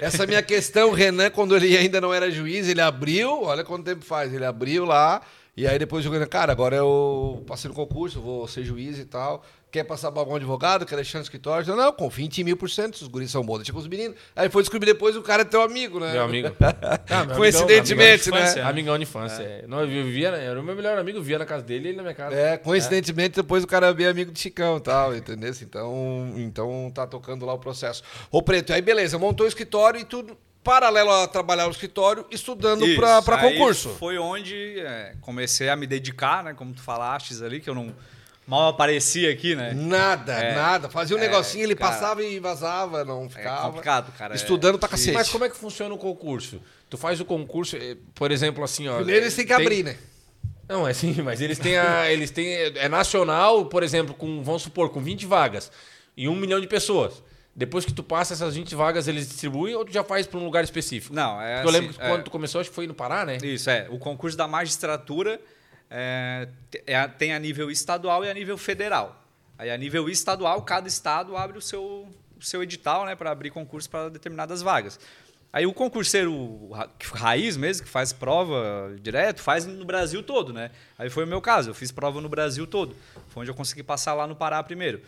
A: Essa minha questão, o Renan, quando ele ainda não era juiz, ele abriu, olha quanto tempo faz, ele abriu lá, e aí depois o Renan, cara, agora eu passei no concurso, vou ser juiz e tal. Quer passar para algum advogado? Quer deixar no escritório? Eu, não, com 20 mil por cento, os guris são bons, deixa com os meninos. Aí foi descobrir depois o cara é teu
B: (laughs)
A: amigo, né?
B: Ah, Meu amigo. é
A: Coincidentemente,
C: amigão de
A: né?
C: infância.
B: Amigão de é infância. é. Não, eu via, né? era o meu melhor amigo, via na casa dele e ele na minha casa.
A: É, coincidentemente, depois o cara é amigo de Chicão e tal, entendeu? Então, então tá tocando lá o processo. Ô, Preto, aí beleza, montou o escritório e tudo, paralelo a trabalhar no escritório, estudando
C: Isso.
A: pra, pra
C: Aí
A: concurso.
C: Foi onde é, comecei a me dedicar, né? Como tu falastes ali, que eu não mal aparecia aqui, né?
A: Nada, nada. Fazia um
C: É,
A: negocinho, ele
C: cara.
A: passava e vazava, não
C: É
A: ficava.
C: complicado, cara. é-
A: Estudando pra cacete.
B: Mas como é que funciona o concurso? Tu faz o concurso, eh, por exemplo, assim, ó.
A: Primeiro eles têm que é?
B: tem-
A: abrir, né?
B: Não, é sim, mas eles têm a. Eles têm. É nacional, por exemplo, com, vamos supor, com 20 vagas e um milhão de pessoas. Depois que tu passa essas 20 vagas, eles distribuem ou tu já faz para um lugar específico?
C: Não, é
B: Porque eu lembro
C: assim,
B: que
C: é.
B: quando tu começou, acho que foi no Pará, né?
C: Isso, é. O concurso da magistratura é, te- é a- tem a nível estadual e a nível federal. Aí, a nível estadual, cada estado abre o seu, o seu edital né, para abrir concurso para determinadas vagas. Aí o concurseiro ra- que- raiz mesmo, que faz prova direto, faz no Brasil todo, né? Aí foi o meu caso, eu fiz prova no Brasil todo. Foi onde eu consegui passar lá no Pará primeiro.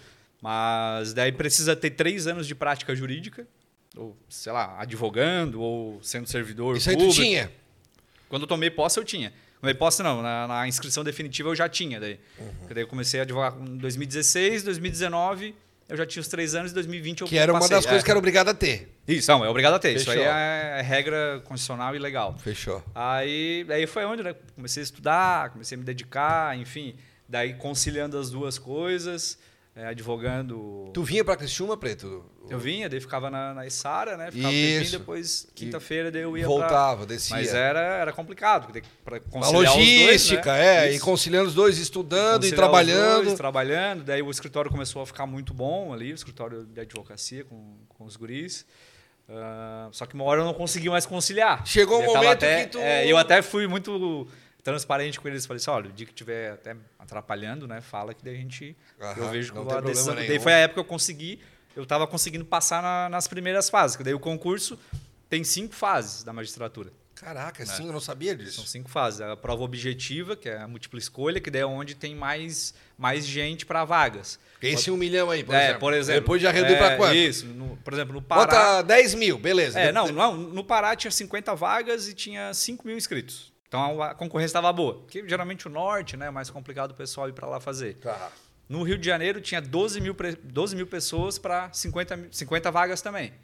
C: Mas daí precisa ter três anos de prática jurídica, ou, sei lá, advogando, ou sendo servidor
A: Isso aí tu
C: público.
A: tinha.
C: Quando eu tomei posse, eu tinha. Na hipótese não, na, na inscrição definitiva eu já tinha daí.
A: Uhum.
C: Porque Daí eu comecei a advogar em 2016, 2019, eu já tinha os três anos, em 2020 eu
A: Que era uma
C: passei.
A: das coisas
C: É.
A: que era obrigado a ter.
C: Isso, não, é obrigado a ter. Isso aí
A: Fechou.
C: é regra constitucional e legal.
A: Fechou.
C: Aí, aí foi onde, né? Comecei a estudar, comecei a me dedicar, enfim. Daí conciliando as duas coisas, é, advogando.
A: Tu vinha pra Criciúma, Preto?
C: Eu vinha, daí ficava na, na Isara, né? Ficava um
A: Isso.
C: tempinho, depois quinta-feira daí eu ia pra-
A: Voltava, descia.
C: Mas era, era complicado, porque pra
A: Uma
C: conciliar
A: logística,
C: os dois, né?
A: é, e
C: Isso.
A: conciliando os dois, estudando e
C: Conciliar os
A: trabalhando.
C: dois, trabalhando. Daí o escritório começou a ficar muito bom ali, o escritório de advocacia com, com os guris. Ah, só que uma hora eu não consegui mais conciliar.
A: Chegou um
C: Eu tava
A: momento
C: até-
A: que tu-
C: é, eu até fui muito transparente com eles. Falei assim, olha, o dia que estiver até atrapalhando, né, fala que daí a gente...
A: Aham,
C: eu vejo que
A: não tem
C: eu vou
A: problema
C: decisão. Daí
A: nenhum.
C: foi a época que eu consegui... Eu estava conseguindo passar na- nas primeiras fases. que Daí o concurso tem cinco fases da magistratura.
A: Caraca, sim, eu Né? não sabia disso.
C: São cinco fases. A prova objetiva, que é a múltipla escolha, que daí é onde tem mais, mais gente para vagas.
A: Pense em um milhão aí, por,
C: é,
A: exemplo.
C: por exemplo.
A: Depois já reduz
C: é,
A: pra quanto?
C: Isso. No- por exemplo, no Pará.
A: Bota 10 mil, beleza.
C: É,
A: De-
C: não,
A: de-
C: não, no Pará tinha 50 vagas e tinha 5 mil inscritos. Então a concorrência estava boa. Porque geralmente o norte né, é mais complicado o pessoal ir para lá fazer.
A: Tá.
C: No Rio de Janeiro tinha 12 mil, pre- 12 mil pessoas para 50, mi- 50 vagas também.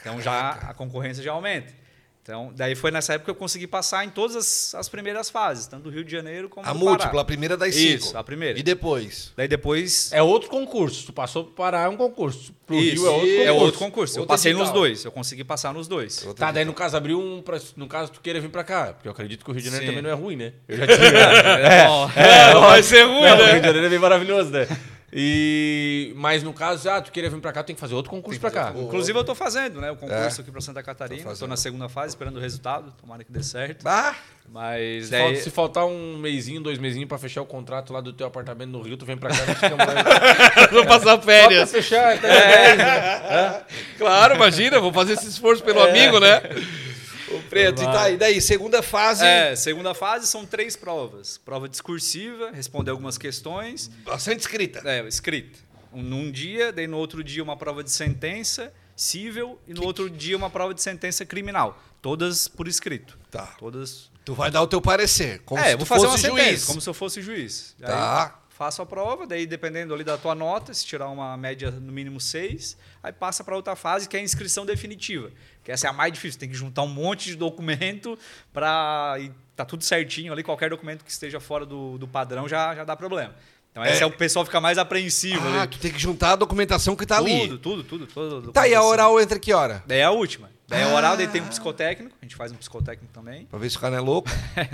C: Então já
A: Caraca.
C: a concorrência já aumenta. Então, daí foi nessa época que eu consegui passar em todas as, as primeiras fases, tanto do Rio de Janeiro como
A: A
C: do
A: múltipla, a
C: Pará.
A: primeira das cinco.
C: Isso, a primeira.
A: E depois?
C: Daí depois
B: É outro concurso. Tu passou pro Pará, é um concurso. Pro Rio é outro
A: isso.
B: concurso.
C: é outro concurso. Eu
B: Outra
C: passei nos
B: edital.
C: dois, eu consegui passar nos dois. (laughs)
A: Outra
B: Tá, daí
A: dica.
B: no caso abriu um. Pra, no caso, tu queira vir pra cá. Porque eu acredito que o Rio de Janeiro
C: Sim.
B: também não é ruim, né? Eu já tinha.
C: É, não vai ser
B: Não, o Rio de Janeiro é bem maravilhoso, né? E. Mas no caso, ah, tu queira vir pra cá, tem que fazer outro concurso pra cá.
C: Inclusive eu tô fazendo, né? O concurso aqui para Santa
A: Tô
C: Catarina.
A: fazendo.
C: Estou na segunda fase, esperando o resultado. Tomara que dê certo.
A: Ah,
C: Mas
B: Se,
C: daí.
B: falta- se faltar um mêsinho, dois mesinhos pra fechar o contrato lá do teu apartamento no Rio, tu vem pra cá e
D: Vou passar
B: Pra
D: férias.
B: fechar, tá? É. (laughs)
D: Claro, imagina, vou fazer esse esforço pelo amigo, né?
A: o Preto, e tá, e daí? Segunda fase,
C: É, segunda fase são três provas. Prova discursiva, responder algumas questões.
A: bastante escrita.
C: É, escrita. Um- Num dia, daí no outro dia uma prova de sentença civil e no outro dia uma prova de sentença criminal. Todas por escrito.
A: Tá.
C: Todas.
A: Tu vai dar o teu parecer, como se
C: é, vou
A: tu
C: fazer uma
A: fosse
C: sentença,
A: juiz.
C: como se eu fosse juiz. Daí
A: Tá.
C: Faço a prova, daí dependendo ali da tua nota, se tirar uma média no mínimo seis, aí passa para outra fase que é a inscrição definitiva. Que essa é a mais difícil, tem que juntar um monte de documento para tá tudo certinho ali, qualquer documento que esteja fora do, do padrão já, já dá problema. Então esse é. o pessoal fica mais apreensivo ali.
A: Ah, tu tem que juntar a documentação que tá
C: Tudo,
A: ali.
C: tudo, tudo. tudo
A: Tá, e a oral Ah. entra que hora?
C: Daí é a última. Daí é a oral, daí tem um psicotécnico. A gente faz um psicotécnico também, (laughs)
A: Pra ver se o cara não é louco.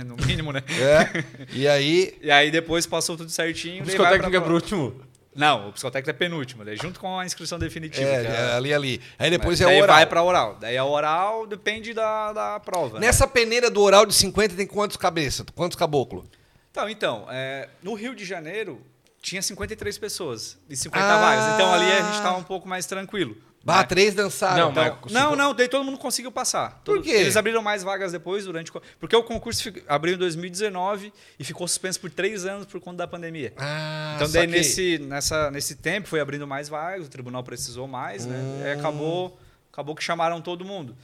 C: no mínimo, né?
A: É. E aí,
C: E aí depois passou tudo certinho.
B: O
C: daí vai
B: psicotécnico é
C: pra
B: pro último.
C: prova. Não, o psicotécnico é penúltimo, daí junto com a inscrição definitiva.
A: é,
C: que
A: é ali, ali. Aí depois
C: Tipo, Daí
A: é oral.
C: vai pra oral. Daí a oral depende da, da prova. né?
A: Nessa peneira do oral de 50 tem quantos cabeça? Quantos caboclo?
C: Então, então é, no Rio de Janeiro tinha 53 pessoas e 50
A: Ah.
C: vagas. Então ali a gente tava um pouco mais tranquilo.
A: Bah, três dançaram.
B: Não,
A: então.
B: mas- Conseguiu-
C: Né? Não, não, daí todo mundo conseguiu passar.
A: Por
C: Todo-
A: quê?
C: Eles abriram mais vagas depois, durante. co- Porque o concurso fi- abriu em 2019 e ficou suspenso por três anos por conta da pandemia.
A: Ah,
C: então, daí
A: saquei.
C: nesse, nessa, nesse tempo foi abrindo mais vagas, o tribunal precisou mais, né? E
A: Hum.
C: acabou, acabou que chamaram todo mundo.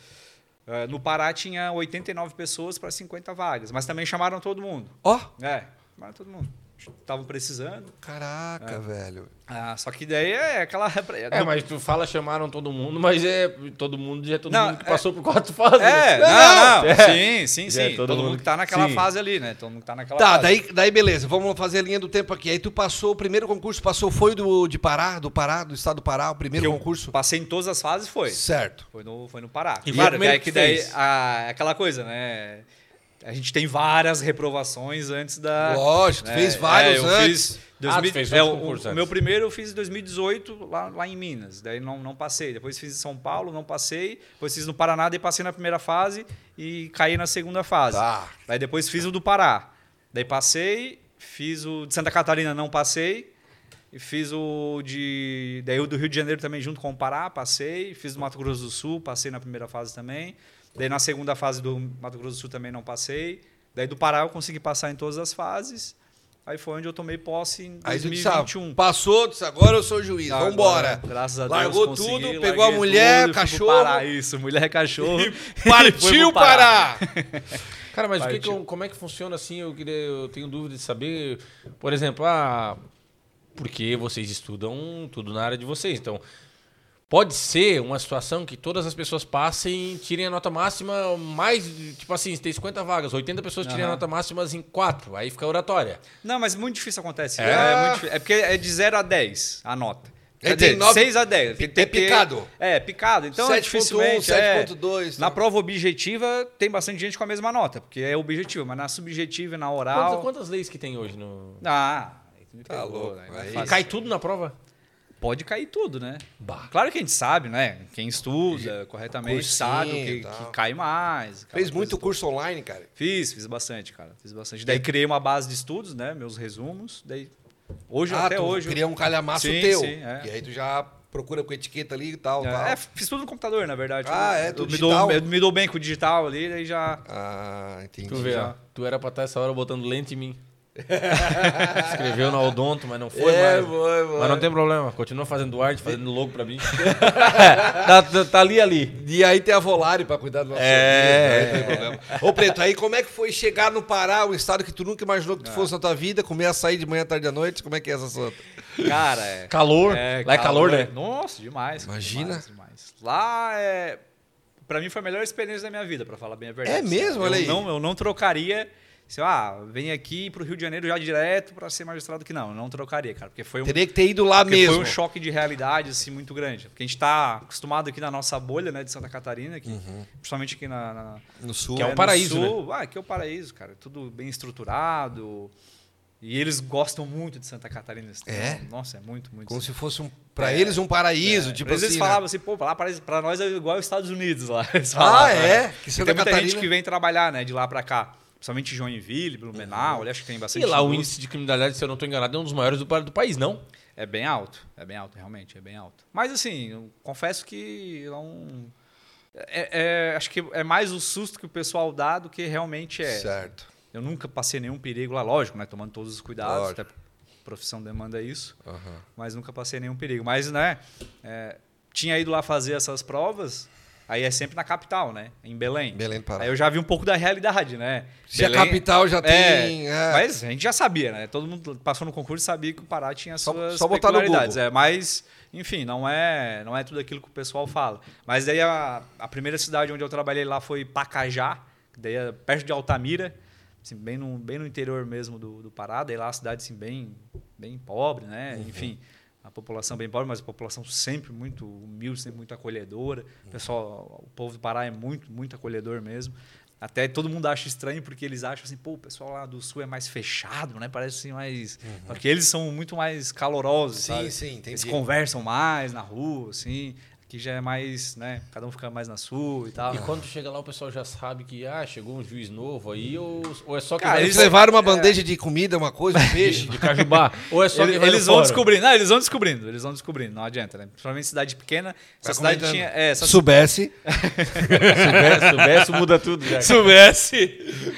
C: Eh, no Pará tinha 89 pessoas para 50 vagas, mas também chamaram todo mundo.
A: Ó,
C: É, chamaram todo mundo. Estavam precisando. É.
A: caraca, velho.
C: Ah, só que daí é aquela. (laughs)
B: É, mas tu fala, chamaram todo mundo, mas é. Todo mundo já é todo
C: Não,
B: mundo que
C: é-
B: passou por quatro fases. (laughs)
C: É,
B: né?
C: não, não.
B: É.
C: Sim, sim, sim.
B: Já é todo
C: todo, mundo,
B: mundo.
C: que tá naquela
B: Sim.
C: fase ali, né? Todo mundo que tá naquela
A: Tá,
C: fase.
A: daí, daí beleza, vamos fazer a linha do tempo aqui. Aí tu passou, o primeiro concurso passou foi do de Pará, do Pará, do estado do Pará, o primeiro
C: Que eu
A: concurso.
C: Passei em todas as fases, foi.
A: Certo.
C: Foi no, foi no Pará.
B: E foi o
C: claro,
B: primeiro
C: daí
B: que
C: que daí
B: fez.
C: ah, é aquela coisa, né? A gente tem várias reprovações antes da.
A: Lógico, tu
C: né?
A: fez vários
C: eu
A: antes.
C: Fiz 2000
B: Ah, tu fez
C: é,
B: outros
C: o,
B: concursos
C: o
B: antes.
C: meu primeiro eu fiz em 2018, lá, lá em Minas. Daí não, não passei. Depois fiz em São Paulo, não passei. Depois fiz no Paraná, daí passei na primeira fase e caí na segunda fase.
A: Tá.
C: Daí depois fiz o do Pará. Daí passei, fiz o de Santa Catarina, não passei. E fiz o de. Daí o do Rio de Janeiro também, junto com o Pará, passei. Fiz do Mato Grosso do Sul, passei na primeira fase também. Daí na segunda fase do Mato Grosso do Sul também não passei. Daí do Pará eu consegui passar em todas as fases. Aí foi onde eu tomei posse em
A: Aí tu disse, ah,
C: 2021.
A: passou, disse, agora eu sou juiz,
C: Agora,
A: vambora.
C: graças a Deus.
A: Largou
C: consegui,
A: tudo,
C: larguei
A: pegou a
C: tudo
A: mulher,
C: e fui pro
A: cachorro. (laughs)
C: Pará. Isso, mulher, cachorro. e fui pro
A: Partiu Pará!
B: (laughs) Cara, mas o que que
C: Partiu.
B: eu- como é que funciona assim? Eu, queria, eu tenho dúvida de saber. Por exemplo, ah, porque vocês estudam tudo na área de vocês. Então, pode ser uma situação que todas as pessoas passem, tirem a nota máxima, mais, tipo assim, tem 50 vagas, 80 pessoas tirem a
C: Aham.
B: nota máxima em 4. Aí fica oratória.
C: Não, mas muito difícil acontece. É,
A: Ah.
C: é muito difícil. É porque é de 0 a 10 a nota.
A: É,
C: Quer
A: tem
C: dizer,
A: nove-
C: 6 a 10.
A: pi-
C: Tem que
A: é
C: ter-
A: picado.
C: É, picado. Então,
A: 7.1,
C: é dificilmente... é.
A: 7.2,
C: Na
A: tá.
C: prova objetiva, tem bastante gente com a mesma nota, porque é objetiva. Mas na subjetiva e na
B: Quantas,
C: oral...
B: quantas leis que tem hoje no.
C: Ah, aí tu me
A: Tá
C: pegou,
A: louco,
C: né? Não é
A: aí-
C: fácil.
B: Cai tudo na prova?
C: Pode cair tudo, né?
B: Bah.
C: Claro que a gente sabe, né? Quem estuda corretamente
A: Cursinho,
C: sabe o que,
A: tal.
C: que cai mais. aquela
A: Fez
C: coisa
A: muito curso online, cara.
C: Fiz, fiz bastante, cara. Fiz bastante. Daí criei uma base de estudos, né? Meus resumos. Daí hoje
A: ah,
C: até
A: tu
C: hoje. eu-
A: cria um calhamaço
C: Sim,
A: teu.
C: sim, é.
A: E aí tu já procura com etiqueta ali e tal, tal.
C: É, é, fiz tudo no computador, na verdade.
A: Ah,
C: Eu-
A: é,
C: eu
A: tudo
C: me dou,
A: digital?
C: eu me dou bem com o digital ali, daí já.
A: (laughs) Ah, entendi.
B: Tu vê,
A: (laughs) Já.
B: ó, tu era pra estar essa hora botando lente em mim. Escreveu na Odonto, mas não foi
A: É,
B: mais.
A: foi, foi.
B: Mas não tem problema, continua fazendo arte, fazendo logo pra mim. (laughs) tá, tá- tá ali, ali.
A: E aí tem a Volare pra cuidar do nosso sorvete, aí
B: É.
A: não tem problema. Ô, Preto, aí como é que foi chegar no Pará, um estado que tu nunca imaginou
C: É.
A: que tu fosse na tua vida, comer açaí de manhã, tarde à noite? Como é que é essa sua?
C: Cara, é.
B: Calor, lá é calor, né?
C: Nossa, demais. cara,
A: Imagina.
C: Demais, demais. Lá é. Pra mim foi a melhor experiência da minha vida, pra falar bem a verdade.
A: É mesmo?
C: Eu
A: Olha aí.
C: Não, eu não trocaria. Se eu, ah, vem aqui pro Rio de Janeiro já direto pra ser magistrado que não, eu não trocaria, cara, porque foi um
A: Teria que ter ido lá
C: Porque
A: mesmo.
C: foi um choque de realidade assim muito grande. Porque a gente está acostumado aqui na nossa bolha, né, de Santa Catarina, que,
A: Uhum.
C: principalmente aqui na, na-
A: No sul. né?
B: Que é um
C: no
B: paraíso,
C: sul. Ah, aqui é o paraíso, cara. Tudo bem estruturado. E eles gostam muito de Santa Catarina. eles-
A: É?
C: Nossa, é muito, muito.
A: Como se fosse um, pra eles um paraíso, tipo
C: É. Às vezes
A: assim. né?
C: falavam assim, pô, lá parece, pra nós é igual os Estados Unidos lá. (laughs) Eles
A: Ah,
C: falavam,
A: é?
C: né?
A: Que
C: E
A: Santa
C: Tem muita
A: Catarina.
C: gente que vem trabalhar, né, de lá pra cá. Principalmente Joinville, Blumenau,
A: Uhum.
C: olha, acho que tem bastante.
B: E lá o
C: indústria.
B: índice de criminalidade, se eu não tô enganado, é um dos maiores do, pa- do país, não?
C: É bem alto, é bem alto, realmente, é bem alto. Mas assim, eu confesso que é um. é- é- acho que é mais o susto que o pessoal dá do que realmente é.
A: Certo.
C: Eu nunca passei nenhum perigo lá, lógico, né? Tomando todos os cuidados,
A: Lógico.
C: até a profissão demanda isso,
A: Aham.
C: mas nunca passei nenhum perigo. Mas, né? é, tinha ido lá fazer essas provas, aí é sempre na capital, né? Em Belém.
A: Belém do Pará.
C: Aí eu já vi um pouco da realidade, né?
A: Se a capital já tem. é.
C: Mas a gente já sabia, né? Todo mundo passou no concurso e sabia que o Pará tinha
A: Só-
C: suas
A: só botar no
C: peculiaridades.
A: Google.
C: É, mas, enfim, não é, não é tudo aquilo que o pessoal fala. Mas daí a, a primeira cidade onde eu trabalhei lá foi Pacajá, que daí é perto de Altamira, assim, bem, no, bem no interior mesmo do, do Pará. Daí lá a cidade assim, bem, bem pobre, né?
A: Uhum.
C: Enfim, a população bem pobre, mas a população sempre muito humilde, sempre muito acolhedora. O pessoal, o povo do Pará é muito, muito acolhedor mesmo. Até todo mundo acha estranho porque eles acham assim, pô, o pessoal lá do sul é mais fechado, né? Parece assim mais,
B: Uhum.
C: porque eles são muito mais calorosos,
A: Sim,
C: sabe?
A: sim, entendi.
C: Eles conversam mais na rua, assim. Aqui já é mais, né? Cada um fica mais na sua e tal.
B: E quando tu chega lá, o pessoal já sabe que, ah, chegou um juiz novo aí, ou, ou é só que
C: Cara,
B: vai
A: Ah,
B: no
A: Eles
B: fórum
A: levaram uma bandeja de comida, uma coisa, um peixe. (laughs)
B: de Cajubá, ou é só
C: Ele-
B: que
C: Eles,
B: vai no
C: vão
B: fórum.
C: descobrindo, não, eles vão descobrindo, eles vão descobrindo, não adianta, né? Principalmente cidade pequena,
A: Vai
C: essa cidade
A: comentando.
C: tinha. É, essa
A: Soubesse.
B: Soubesse, (laughs) soubesse, muda
C: (laughs)
B: tudo né? já.
A: Soubesse.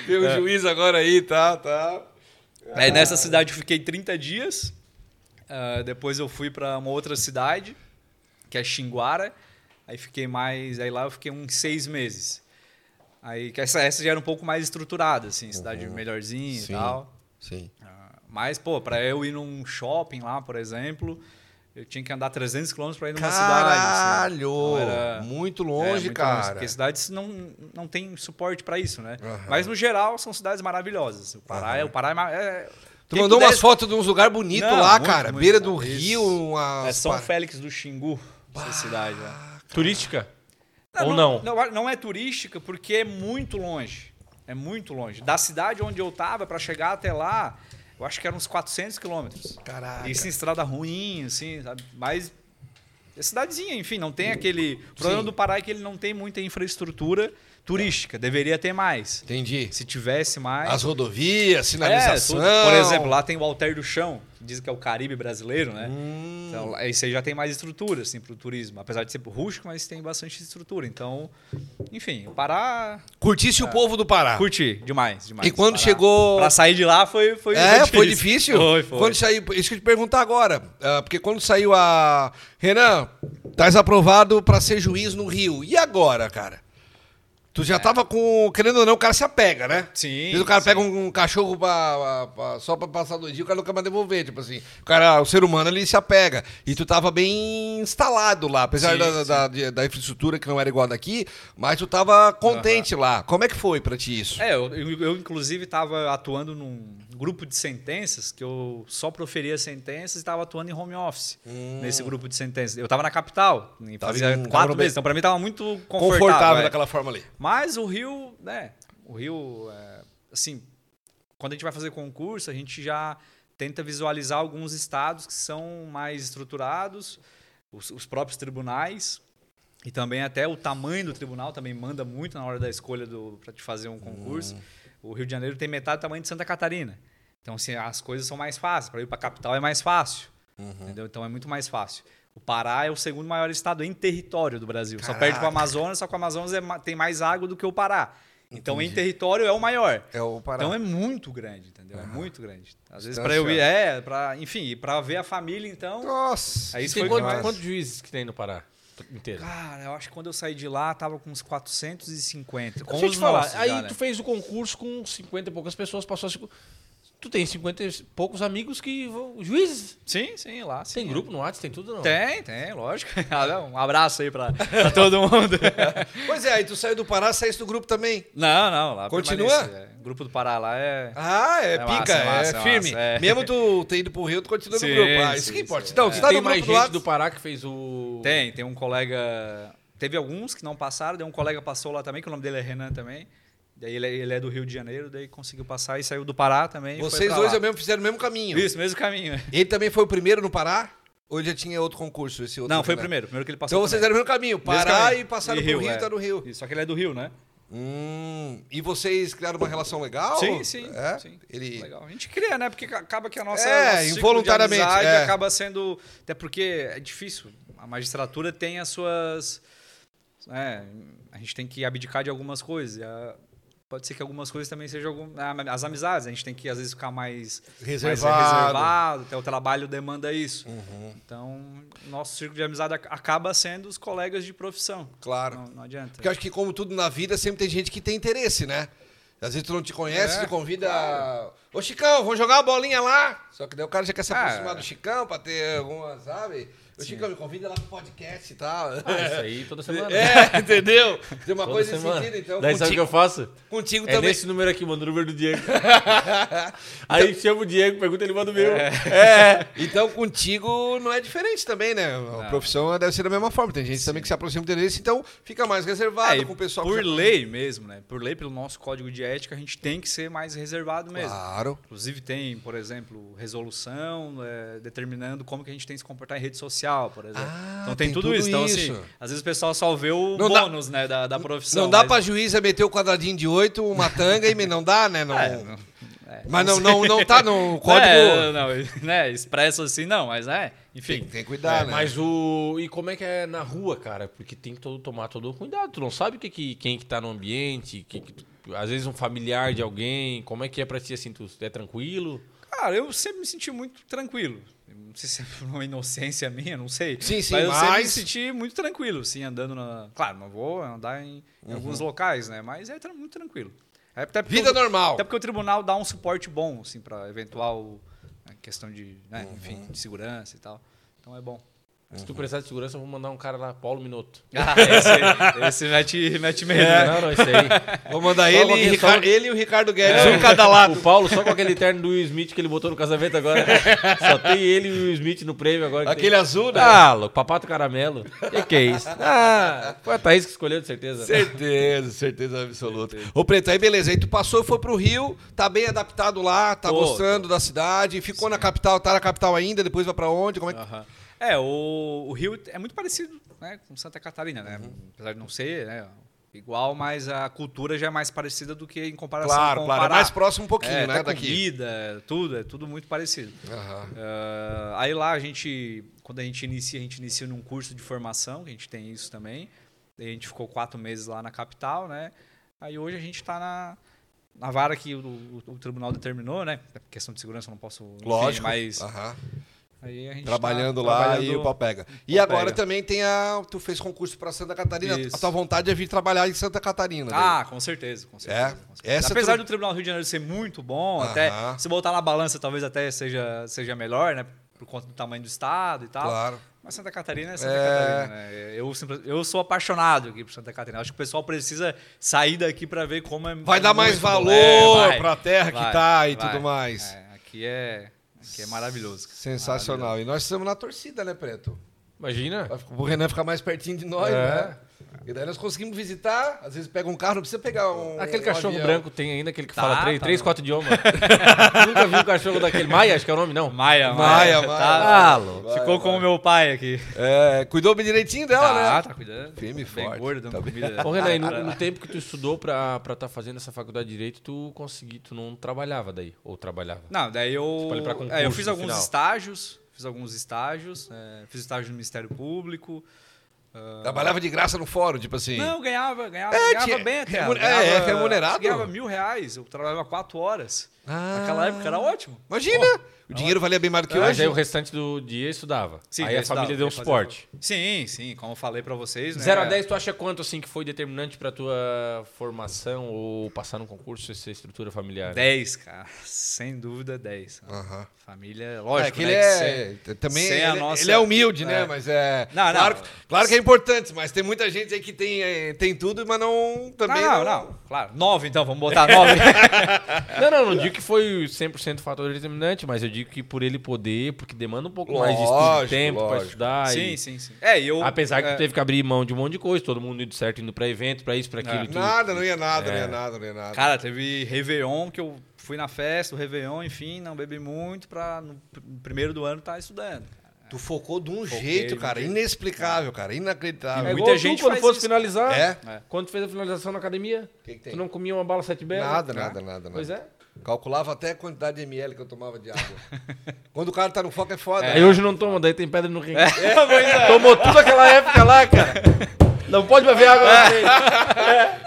A: Tem
C: É.
A: um juiz agora aí, tá, tá.
C: Aí nessa cidade eu fiquei 30 dias. Ah, depois eu fui para uma outra cidade, que é Xinguara. Aí fiquei mais. Aí lá eu fiquei uns seis meses. Aí que essa, essa já era um pouco mais estruturada, assim, cidade melhorzinha
A: Uhum. Sim.
C: e tal.
A: Sim.
C: Ah, Mas, pô, pra eu ir num shopping lá, por exemplo, eu tinha que andar 300 quilômetros pra ir numa cidade. assim.
A: Caralho!
C: Então
A: Muito
C: era- É,
A: longe,
C: muito longe,
A: cara.
C: Porque cidades não, não tem suporte pra isso, né?
A: Aham.
C: Mas, no geral, são cidades maravilhosas. O Pará, é, o Pará é ma- é...
A: Tu
C: quem
A: mandou
C: puder-
A: umas fotos de uns lugares bonitos
C: Não,
A: lá,
C: muito,
A: cara.
C: muito,
A: Beira
C: cara.
A: do
C: Isso.
A: rio, uma.
C: É São Félix do Xingu, essa cidade. né?
B: Turística? Ou não?
C: não? não é turística porque é muito longe. É muito longe. Da cidade onde eu tava, pra chegar até lá, eu acho que eram uns 400 quilômetros.
A: Caraca.
C: Isso em estrada ruim, assim, sabe? Mas é cidadezinha, enfim, não tem aquele... O problema
A: Sim.
C: do Pará é que ele não tem muita infraestrutura turística. Deveria ter mais.
A: Entendi.
C: Se tivesse mais...
A: As rodovias,
C: É,
A: sinalização.
C: tudo. por exemplo, lá tem o Alter do Chão, que diz que é o Caribe brasileiro, né?
A: Hum.
C: Então, lá- isso aí já tem mais estrutura, assim, pro turismo. Apesar de ser rústico, mas tem bastante estrutura. Então, enfim, o Pará...
A: Curtisse o povo do Pará.
C: é. Curti, demais, demais.
A: Ah. E quando
C: Pará.
A: chegou-
C: Pra sair de lá foi, foi,
A: É, foi difícil.
C: (laughs) Foi, foi.
A: Quando saiu, isso que eu te perguntar agora. ah, porque quando saiu a. Renan, estás aprovado pra ser juiz no Rio. E agora, cara? Tu já tava com. Querendo ou não, o cara se apega, né?
C: É. Sim,
A: Às vezes o cara
C: sim.
A: pega um, um cachorro pra- pra- só pra passar dois dias, o cara nunca mais devolver. Tipo assim, o cara, o ser humano, ele se apega. E tu tava bem instalado lá, apesar
C: Sim,
A: da, Da, de- da infraestrutura que não era igual a daqui, mas tu tava contente lá. Como é que foi pra ti isso?
C: É, eu, eu- eu, inclusive estava atuando num grupo de sentenças que eu só proferia sentenças e estava atuando em home office nesse grupo de sentenças. Eu estava na capital, e
A: Hum. Tava
C: fazia
A: em- tava
C: quatro
A: no bem-
C: meses, então para mim estava muito confortável.
A: Confortável,
C: é.
A: daquela forma ali.
C: Mas o Rio, né? O Rio, é, assim, quando a gente vai fazer concurso, a gente já tenta visualizar alguns estados que são mais estruturados, os, os próprios tribunais e também até o tamanho do tribunal também manda muito na hora da escolha do para te fazer um concurso. O Rio de Janeiro tem metade do tamanho de Santa Catarina, então assim, as coisas são mais fáceis. Para ir para a capital é mais fácil, entendeu? Então é muito mais fácil. O Pará é o segundo maior estado em território do Brasil. Só perde para o Amazonas, só que o Amazonas é ma- tem mais água do que o Pará. Então, em território, é o maior.
A: É o Pará.
C: Então é muito grande, entendeu? É muito grande. Às vezes
A: Distância.
C: para eu ir, é, pra, enfim, para ver a família, então.
A: Nossa.
C: Aí
B: É Isso
C: isso foi
B: tem quanto-
C: demais.
B: quantos juízes que tem no Pará inteiro?
C: Cara, eu acho que quando eu saí de lá, tava com uns 450. Com
B: Deixa eu
C: os
B: te falar,
C: nossos já,
B: aí
C: né?
B: tu fez o concurso com 50 e poucas pessoas, passou a cinco... Tu tem 50 e poucos amigos que vão... Juízes?
C: Sim, sim, lá. Sim.
B: Tem grupo no WhatsApp, tem tudo não?
C: Tem, tem, lógico. (laughs) Ah, não, Um abraço aí pra, pra todo mundo.
A: Pois é, aí tu saiu do Pará, saíste do grupo também.
C: Não, não, lá
A: Continua?
C: permanece, é. O grupo do Pará lá é.
A: Ah, é,
C: É
A: pica,
C: massa, é
A: é,
C: massa, é
A: firme.
C: massa, é.
A: Mesmo tu ter ido pro Rio, tu continua
C: Sim,
A: no grupo. Ah, isso
C: sim,
A: que importa.
C: sim, É,
A: Então,
B: E
A: tu tá
B: É. tem
A: no grupo
B: mais
A: do
B: gente
A: lado.
B: do Pará que fez o...
C: Tem, tem um colega. Teve alguns que não passaram, daí um colega passou lá também, que o nome dele é Renan também. Daí ele, é- ele é do Rio de Janeiro, daí conseguiu passar e saiu do Pará também. e foi
A: Vocês
C: pra
A: dois
C: lá.
A: eu mesmo fizeram o mesmo caminho.
C: Isso, mesmo caminho. né?
A: Ele também foi o primeiro no Pará? Ou ele já tinha outro concurso? Esse outro
C: não, foi o
A: né?
C: primeiro. Primeiro que ele passou.
A: Então vocês
C: também.
A: eram no mesmo caminho,
C: Mesmo
A: Pará
C: caminho.
A: e passaram pro Rio e
C: é.
A: tá no Rio.
C: Isso, Só que ele é do Rio, né?
A: Hum, e vocês criaram uma relação legal?
C: Sim, sim.
A: É?
C: sim.
A: Ele...
C: Legal. A gente cria, né? Porque ca- acaba que a nossa.
A: É,
C: nosso ciclo
A: involuntariamente,
C: De amizade
A: é.
C: acaba sendo. Até porque é difícil. A magistratura tem as suas. É, a gente tem que abdicar de algumas coisas. e a- pode ser que algumas coisas também sejam algum- a- as amizades. A gente tem que, às vezes, ficar mais
A: Reservado. Uhum.
C: Mais reservado até o trabalho demanda isso. Então, nosso círculo de amizade ac- acaba sendo os colegas de profissão.
A: Claro.
C: Não, não adianta.
A: Porque é eu acho que, como tudo na vida, sempre tem gente que tem interesse, né? Às vezes tu não te conhece,
C: É,
A: tu convida. Ô Chicão, vamos jogar uma bolinha lá. Só que daí o cara já quer se
C: Ah,
A: aproximar
C: é.
A: do Chicão pra ter alguma, sabe? Ô Chicão, me convida lá pro podcast e tal.
B: Ah,
A: (laughs)
B: isso aí toda semana.
A: É, entendeu? Tem uma
B: Toda
A: coisa nesse
B: semana.
A: sentido, então.
B: Daí sabe o que eu
A: Contigo,
B: faço?
A: contigo
B: É
A: também.
B: nesse número aqui, manda o número do
A: (laughs)
B: Diego. Aí chama o Diego, pergunta, ele manda o meu.
A: É, então contigo não é diferente também, né? A profissão deve ser da mesma forma. Tem gente também que se aproxima do interesse, então fica mais reservado
C: É, e
A: com o pessoal.
C: por
A: que... já- tá-
C: lei mesmo, né? Por lei, pelo nosso código de ética, a gente tem que ser mais reservado mesmo.
A: Claro.
C: Inclusive tem, por exemplo, resolução é, determinando como que a gente tem que se comportar em rede social, por exemplo.
A: Ah,
C: então tem,
A: tem
C: tudo,
A: tudo
C: isso. Então,
A: isso.
C: assim, às vezes o pessoal só vê o
A: Não dá-
C: bônus, né, da, da profissão.
A: não dá
C: mas-
A: pra juíza meter o quadradinho de 8, uma tanga e me- não dá, né? Não,
C: (laughs) É, não-
A: mas não, não, não tá no código.
C: (laughs) É, não, né, expresso assim, não, mas é, enfim. É,
A: Tem, tem que cuidar, né?
B: É, Mas o. E como é que é na rua, cara? Porque tem que todo- tomar todo o cuidado. Tu não sabe o que, que- quem que tá no ambiente, que, que- às vezes um familiar de alguém. Como é que é pra ti assim? Tu é tranquilo?
C: Cara, eu sempre me senti muito tranquilo. Não sei se é (laughs) por uma inocência minha, não sei.
A: Sim, sim,
C: mas eu sempre me
A: mas-
C: senti muito tranquilo, assim, andando na. Claro, não vou andar em, em alguns locais, né? Mas é tran- muito tranquilo. É até porque
A: Uhum. Vida
C: o-
A: normal.
C: Até porque o tribunal dá um suporte bom, assim, para eventual né, questão de, né,
A: Uhum.
C: enfim, de segurança e tal. Então é bom. (laughs)
B: Se tu precisar de segurança, eu vou mandar um cara lá, Paulo Minotto.
C: Ah, esse, esse mete, mete
A: É,
C: medo, né?
B: Não, não,
A: (laughs)
B: isso aí.
A: Vou mandar
B: Só
A: ele,
B: alguém,
A: e
B: só
A: Rica-
B: alguém.
A: ele e o Ricardo Guedes,
B: É.
A: um
C: tá
A: cada
C: (laughs)
A: lado.
B: O Paulo, só com aquele terno do Will Smith que ele botou no casamento agora. Só tem ele e o Will Smith no prêmio agora. que
A: Aquele
B: tem...
A: azul,
C: é
A: né?
B: Ah, louco, papato caramelo. Que que é isso? Ah, foi a Thaís que escolheu, de certeza. né?
A: Certeza, certeza absoluta. Ô, Preto, aí beleza. Aí tu passou, foi pro Rio, tá bem adaptado lá, tá
C: Tô,
A: gostando da cidade, ficou na capital, tá na capital ainda, depois vai pra onde? Como é que...
C: Aham. É, o, o Rio é muito parecido né, com Santa Catarina, né?
A: Uhum.
C: Apesar de não ser né, igual, mas a cultura já é mais parecida do que em comparação
A: Claro,
C: com o
A: claro, é
C: Pará.
A: mais próximo um pouquinho,
C: É,
A: né,
C: até
A: daqui. É.
C: comida, tudo, é tudo muito parecido.
A: Aham.
C: Ah, aí lá a gente, quando a gente inicia, a gente inicia num curso de formação, que a gente tem isso também. Daí A gente ficou quatro meses lá na capital, né? Aí hoje a gente está na, na vara que o, o- o tribunal determinou, né? Questão de segurança eu não posso... enfim,
A: Lógico.
C: mas...
A: Aham.
C: Aí a gente tá
A: Trabalhando lá e
C: trabalhando-
A: o pau pega. E
C: pau
A: agora
C: pega.
A: também tem a. Tu fez concurso pra Santa Catarina.
C: Isso.
A: A tua vontade é vir trabalhar em Santa Catarina. né?
C: Ah, com certeza, com certeza. com
A: É?
C: certeza.
A: essa
C: Apesar
A: tu-
C: do Tribunal do Rio de Janeiro ser muito bom,
A: Aham.
C: até se botar na balança talvez até seja, seja melhor, né? Por conta do tamanho do estado e tal.
A: Claro.
C: Mas Santa Catarina é Santa
A: É.
C: Catarina, né? Eu, sempre- eu sou apaixonado aqui por Santa Catarina. Acho que o pessoal precisa sair daqui para ver como é.
A: Vai
C: é
A: dar mais
C: muito bom.
A: valor
C: É, vai,
A: pra terra que
C: vai,
A: tá e
C: vai.
A: tudo mais.
C: É, aqui, é, aqui é maravilhoso. cara.
A: Sensacional. E nós estamos na torcida, né, Preto?
B: Imagina.
A: Pra- O Renan ficar mais pertinho de nós,
B: É.
A: né? E daí nós conseguimos visitar. Às vezes pega um carro, não precisa pegar um.
B: Aquele
A: um
B: cachorro
A: avião.
B: branco tem ainda, aquele que
C: Tá,
B: fala três,
C: É, tá
B: três,
C: bom.
B: quatro
C: (laughs)
B: idiomas. Nunca vi um cachorro daquele. Maia, acho que é o nome, não.
C: Maia,
A: Maia,
C: Maia.
A: Maia.
C: tá?
B: Ah, louco.
C: Ficou com o meu pai aqui.
A: É, cuidou bem direitinho dela,
C: tá,
A: né?
C: tá cuidando.
A: Firme e
C: Bem
A: forte.
C: gordo, dando
A: Tá bem.
C: comida. tá.
B: Ô, Renan, e no,
C: Cara,
B: no tempo que tu estudou pra estar tá fazendo essa faculdade de Direito, tu consegui, tu não trabalhava daí? Ou trabalhava?
C: Não, daí eu.
B: pode ir pra
C: é, eu
B: concurso
C: fiz
B: no
C: alguns
B: final.
C: estágios. Fiz alguns estágios. é, fiz estágio no Ministério Público. ah,
A: Trabalhava de graça no fórum, tipo assim.
C: Não, ganhava, ganhava,
A: É,
C: ganhava
A: tinha-
C: bem até.
A: remun- é,
C: ganhava-
A: é, remunerado?
C: Ganhava mil reais, eu trabalhava quatro horas.
A: Ah.
C: Naquela época era ótimo.
A: Imagina! o dinheiro valia bem
C: É,
A: mais do que
B: Mas
A: hoje.
B: aí o restante do dia estudava.
C: Sim,
B: aí
C: eu
B: a família
C: estudava,
B: deu um
C: eu fazia-
B: suporte.
C: Sim, sim, como eu falei pra vocês, né?
B: 0 a 10, tu acha quanto assim que foi determinante pra tua formação ou passar num concurso, essa estrutura familiar?
C: 10, cara. (laughs) Sem dúvida, 10.
B: Ah.
A: Aham.
C: Família,
A: É,
C: lógico,
A: que
C: né,
A: ele
C: que
A: é.
C: cê-
A: t- Também
C: sem a
A: ele,
C: nossa-
A: ele é humilde, né?
C: é.
A: Mas é.
C: Não, não.
A: Claro, claro que é importante, mas tem muita gente aí que tem, eh, tem tudo, mas não. Também
C: não, não, não, claro. 9 então, vamos
B: (laughs)
C: botar 9.
B: Não, não, não digo que foi 100% fator determinante, mas eu digo que por ele poder, porque demanda um pouco mais de estudo,
A: Lógico,
B: tempo pra
A: lógico.
B: estudar.
C: sim,
B: e-
C: sim, sim. É, e eu
B: Apesar que
C: é,
B: tu teve que abrir mão de um monte de coisa, todo mundo indo certo, indo pra evento, pra isso, pra aquilo. e tudo.
A: Nada, não ia nada, não ia nada, não ia nada.
C: É. Cara, teve Réveillon que eu fui na festa, o Réveillon, enfim, não bebi muito pra no pr- primeiro do ano tá estudando.
A: tu focou de um
C: Foquei,
A: jeito, cara,
C: foquei.
A: inexplicável, cara,
B: É
A: inacreditável.
C: muita
B: igual tu,
C: gente
B: quando
C: faz
B: fosse
C: isso.
B: finalizar.
A: É?
C: É.
B: Quando tu fez a finalização na academia,
A: Que que tem?
B: tu não comia uma bala sete belas?
A: Nada, nada, nada,
B: Pois
A: nada.
B: é.
A: Calculava até a quantidade de ml que eu tomava
C: (laughs)
A: de água. Quando o cara tá no foco é foda.
B: Aí hoje não toma, daí tem pedra (laughs) no rim.
C: É.
B: Tomou tudo aquela época lá, cara. Não pode beber água na frente.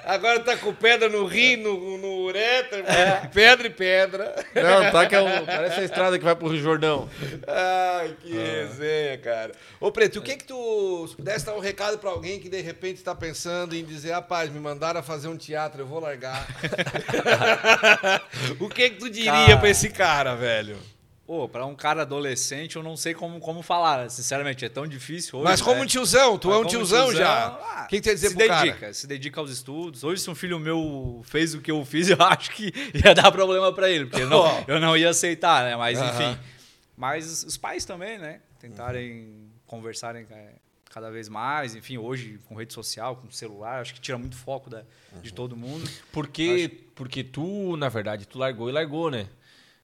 A: Agora tá com pedra no rim, no, no uretra,
C: É.
A: pedra e pedra.
B: (laughs) Não, tá que é o, parece a estrada que vai pro Rio Jordão.
A: Ai, que resenha, cara. Ô, Preto, o que que tu... Se pudesse dar um recado pra alguém que de repente tá pensando em dizer rapaz, me mandaram a fazer um teatro, eu vou largar. (laughs) o que que tu diria
C: Cara.
A: pra esse cara, velho?
C: Pô, pra um cara adolescente, eu não sei como, como falar. Sinceramente, é tão difícil hoje.
A: Mas como
C: né?
A: um tiozão, tu
C: Mas
A: é um
C: como
A: tiozão, já.
C: ah,
A: O que que tu ia dizer
C: se
A: pro
C: dedica,
A: cara?
C: Se dedica aos estudos. Hoje, se um filho meu fez o que eu fiz, (laughs) eu acho que ia dar problema pra ele, porque
A: (laughs)
C: não- eu não ia aceitar, né? Mas,
A: Aham.
C: enfim. Mas os pais também, né? Tentarem conversarem é, cada vez mais. Enfim, hoje, com rede social, com celular, acho que tira muito foco da-
A: Uhum.
C: de todo mundo.
B: Porque, porque tu, na verdade, tu largou e largou, né?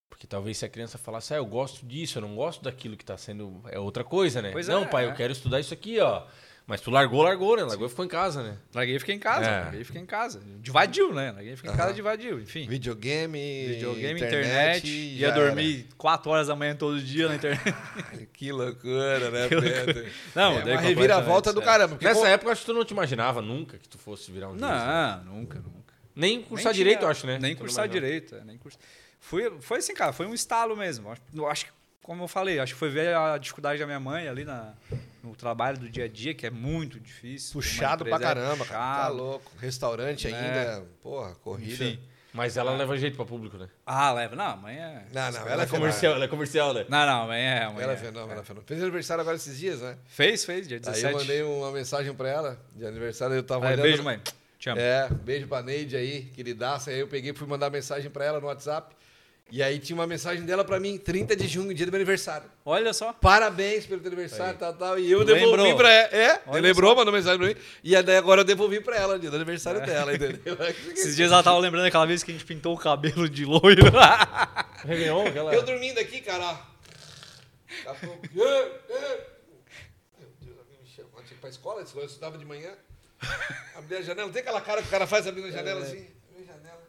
B: Porque talvez se a criança falasse, ah, eu gosto disso, eu não gosto daquilo que tá sendo. É outra coisa, né?
C: Pois
B: não,
C: é,
B: pai,
C: é.
B: eu quero estudar isso aqui, ó. Mas tu largou, largou, né? Largou e ficou em casa, né?
C: Larguei e fiquei em casa.
B: É.
C: Larguei e fiquei em casa. Divadio, né? Larguei e fiquei em casa, divadio. Enfim.
A: Videogame,
C: Videogame, internet, ia
A: já
C: dormir 4 horas da manhã todo dia na
A: (laughs)
C: internet.
A: era. Que loucura, (laughs) né,
C: Que
A: Preto?
C: Não,
A: é
C: daí
A: uma reviravolta
C: completamente,
A: do
C: é.
A: caramba. porque
B: Nessa
A: com-
B: época, eu acho que tu não te imaginava nunca que tu fosse virar um juiz, né?
C: Não, nunca, nunca.
B: Nem cursar
C: Nem tinha-
B: direito, eu acho, né?
C: Nem
B: Tu não
C: cursar
B: imaginava.
C: direito, é, nem cursar. Foi, foi assim, cara, foi um estalo mesmo. Acho- Eu acho que, como eu falei, acho que foi ver a dificuldade da minha mãe ali na, no trabalho do dia a dia, que é muito difícil. Tem uma
A: Puxado pra
C: empresa, é
A: caramba, cara. Tá
C: puxado.
A: louco. Restaurante
C: Né?
A: ainda, porra, corrida.
C: Enfim.
B: Mas ela leva jeito pra público, né?
C: Ah, leva. Não, amanhã.
A: Não, não, ela, é
B: ela é comercial, né?
C: Não, não, amanhã é.
A: fenômeno.
C: Amanhã.
A: Ela é fenômeno, ela é fenômeno. Fez aniversário agora esses dias, né?
C: Fez, fez, dia
A: Aí
C: 17.
A: eu mandei uma mensagem pra ela de aniversário, eu tava
C: Aí,
A: olhando.
C: Ah, é beijo, mãe. Te amo.
A: É, beijo pra Neide aí, queridaça. Aí eu peguei e fui mandar mensagem pra ela no WhatsApp. E aí tinha uma mensagem dela pra mim, 30 de junho, dia do meu aniversário.
C: Olha só.
A: Parabéns pelo teu aniversário, tal, tal. E eu
C: Lembrou.
A: devolvi pra ela. É,
C: Olha
A: lembrou, mandou mensagem pra mim. E aí agora eu devolvi pra ela, dia do aniversário dela,
C: (laughs)
A: entendeu?
C: É. Esses dias ela tava lembrando aquela vez que a gente pintou o cabelo de loiro. (laughs)
B: Réveillon, aquela...
A: Eu dormindo aqui, cara. ó. Daqui a pouco. (laughs) Meu Deus, alguém me chamou. Tinha que ir pra escola, eu estudava de manhã. Abri a janela. Tem aquela cara que o cara faz abrindo a janela assim? Abri a janela.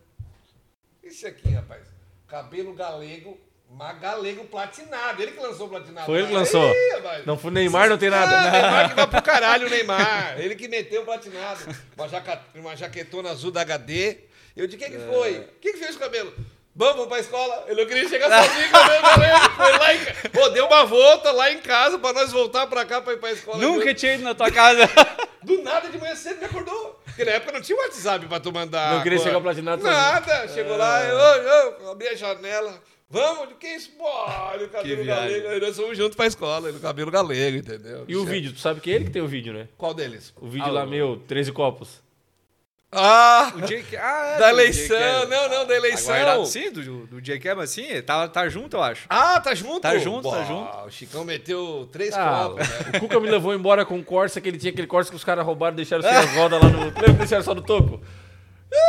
A: Isso aqui, rapaz. Cabelo galego, mas galego platinado. Ele que lançou o platinado. né?
B: Foi ele que lançou.
A: Ih, rapaz.
B: Não foi Neymar, não tem nada.
E: né?
A: Ah, Neymar que vai pro caralho, o Neymar. Ele que meteu o platinado.
E: É.
A: Uma, jaca- uma jaquetona azul da HD. Eu de que que foi? O que que fez o cabelo? Vamos pra escola. Ele não queria
E: (laughs)
A: chegar sozinho, cadê o galera? Foi lá em ca- Pô, deu uma volta lá em casa pra nós voltar pra cá pra ir pra escola.
C: Nunca tinha ido na tua casa.
A: Do nada de manhã cedo me acordou. Porque na época não tinha WhatsApp pra tu mandar.
E: Não queria
A: coisa.
E: chegar é platinado sozinho.
A: Nada. Chegou lá,
E: É.
A: eu, eu, eu abri a janela. Vamos, o que é isso? Pô, olha o cabelo
E: viagem.
A: galego. Aí nós fomos juntos pra escola, ele, o cabelo galego, entendeu?
E: E o vídeo, tu sabe que é ele que tem o vídeo, né?
A: Qual deles?
E: O vídeo lá meu, 13 copos.
A: Ah,
C: (laughs) O Jake, ah, é,
A: da
C: do
A: eleição.
C: Jake
A: Não, não, da
C: Evans. Aguardado,
A: eleição.
C: sim, do, do Jake Evans, sim. ele Tá, tá junto, eu acho.
A: Ah, tá junto?
C: Tá junto, tá
A: Pô,
C: junto.
A: O Chicão meteu três
E: Ah,
A: copos. né?
E: o Cuca me levou embora com o Corsa que ele tinha, aquele Corsa que os caras roubaram e deixaram sem as rodas lá no. (laughs) Lembra que deixaram só no topo?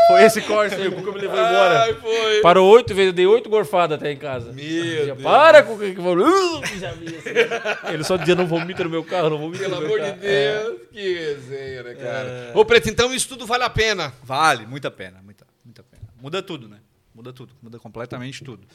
E: Foi esse Corsa aí, o Cuca me levou
A: Ai,
E: embora.
A: foi.
E: Parou oito vezes, eu dei oito gorfadas até em casa.
A: Meu
E: Já,
A: Deus.
E: Para, Cuca, que falou. (laughs) assim. Ele só dizia: não vomita no meu carro, não vomita
A: Pelo
E: no meu
A: amor de
E: carro. É.
A: Deus, que resenha, né, cara? Ô, Preto, então isso tudo vale a pena.
C: Vale, muita pena, muita, muita pena. Muda tudo, né? Muda tudo, muda completamente tudo.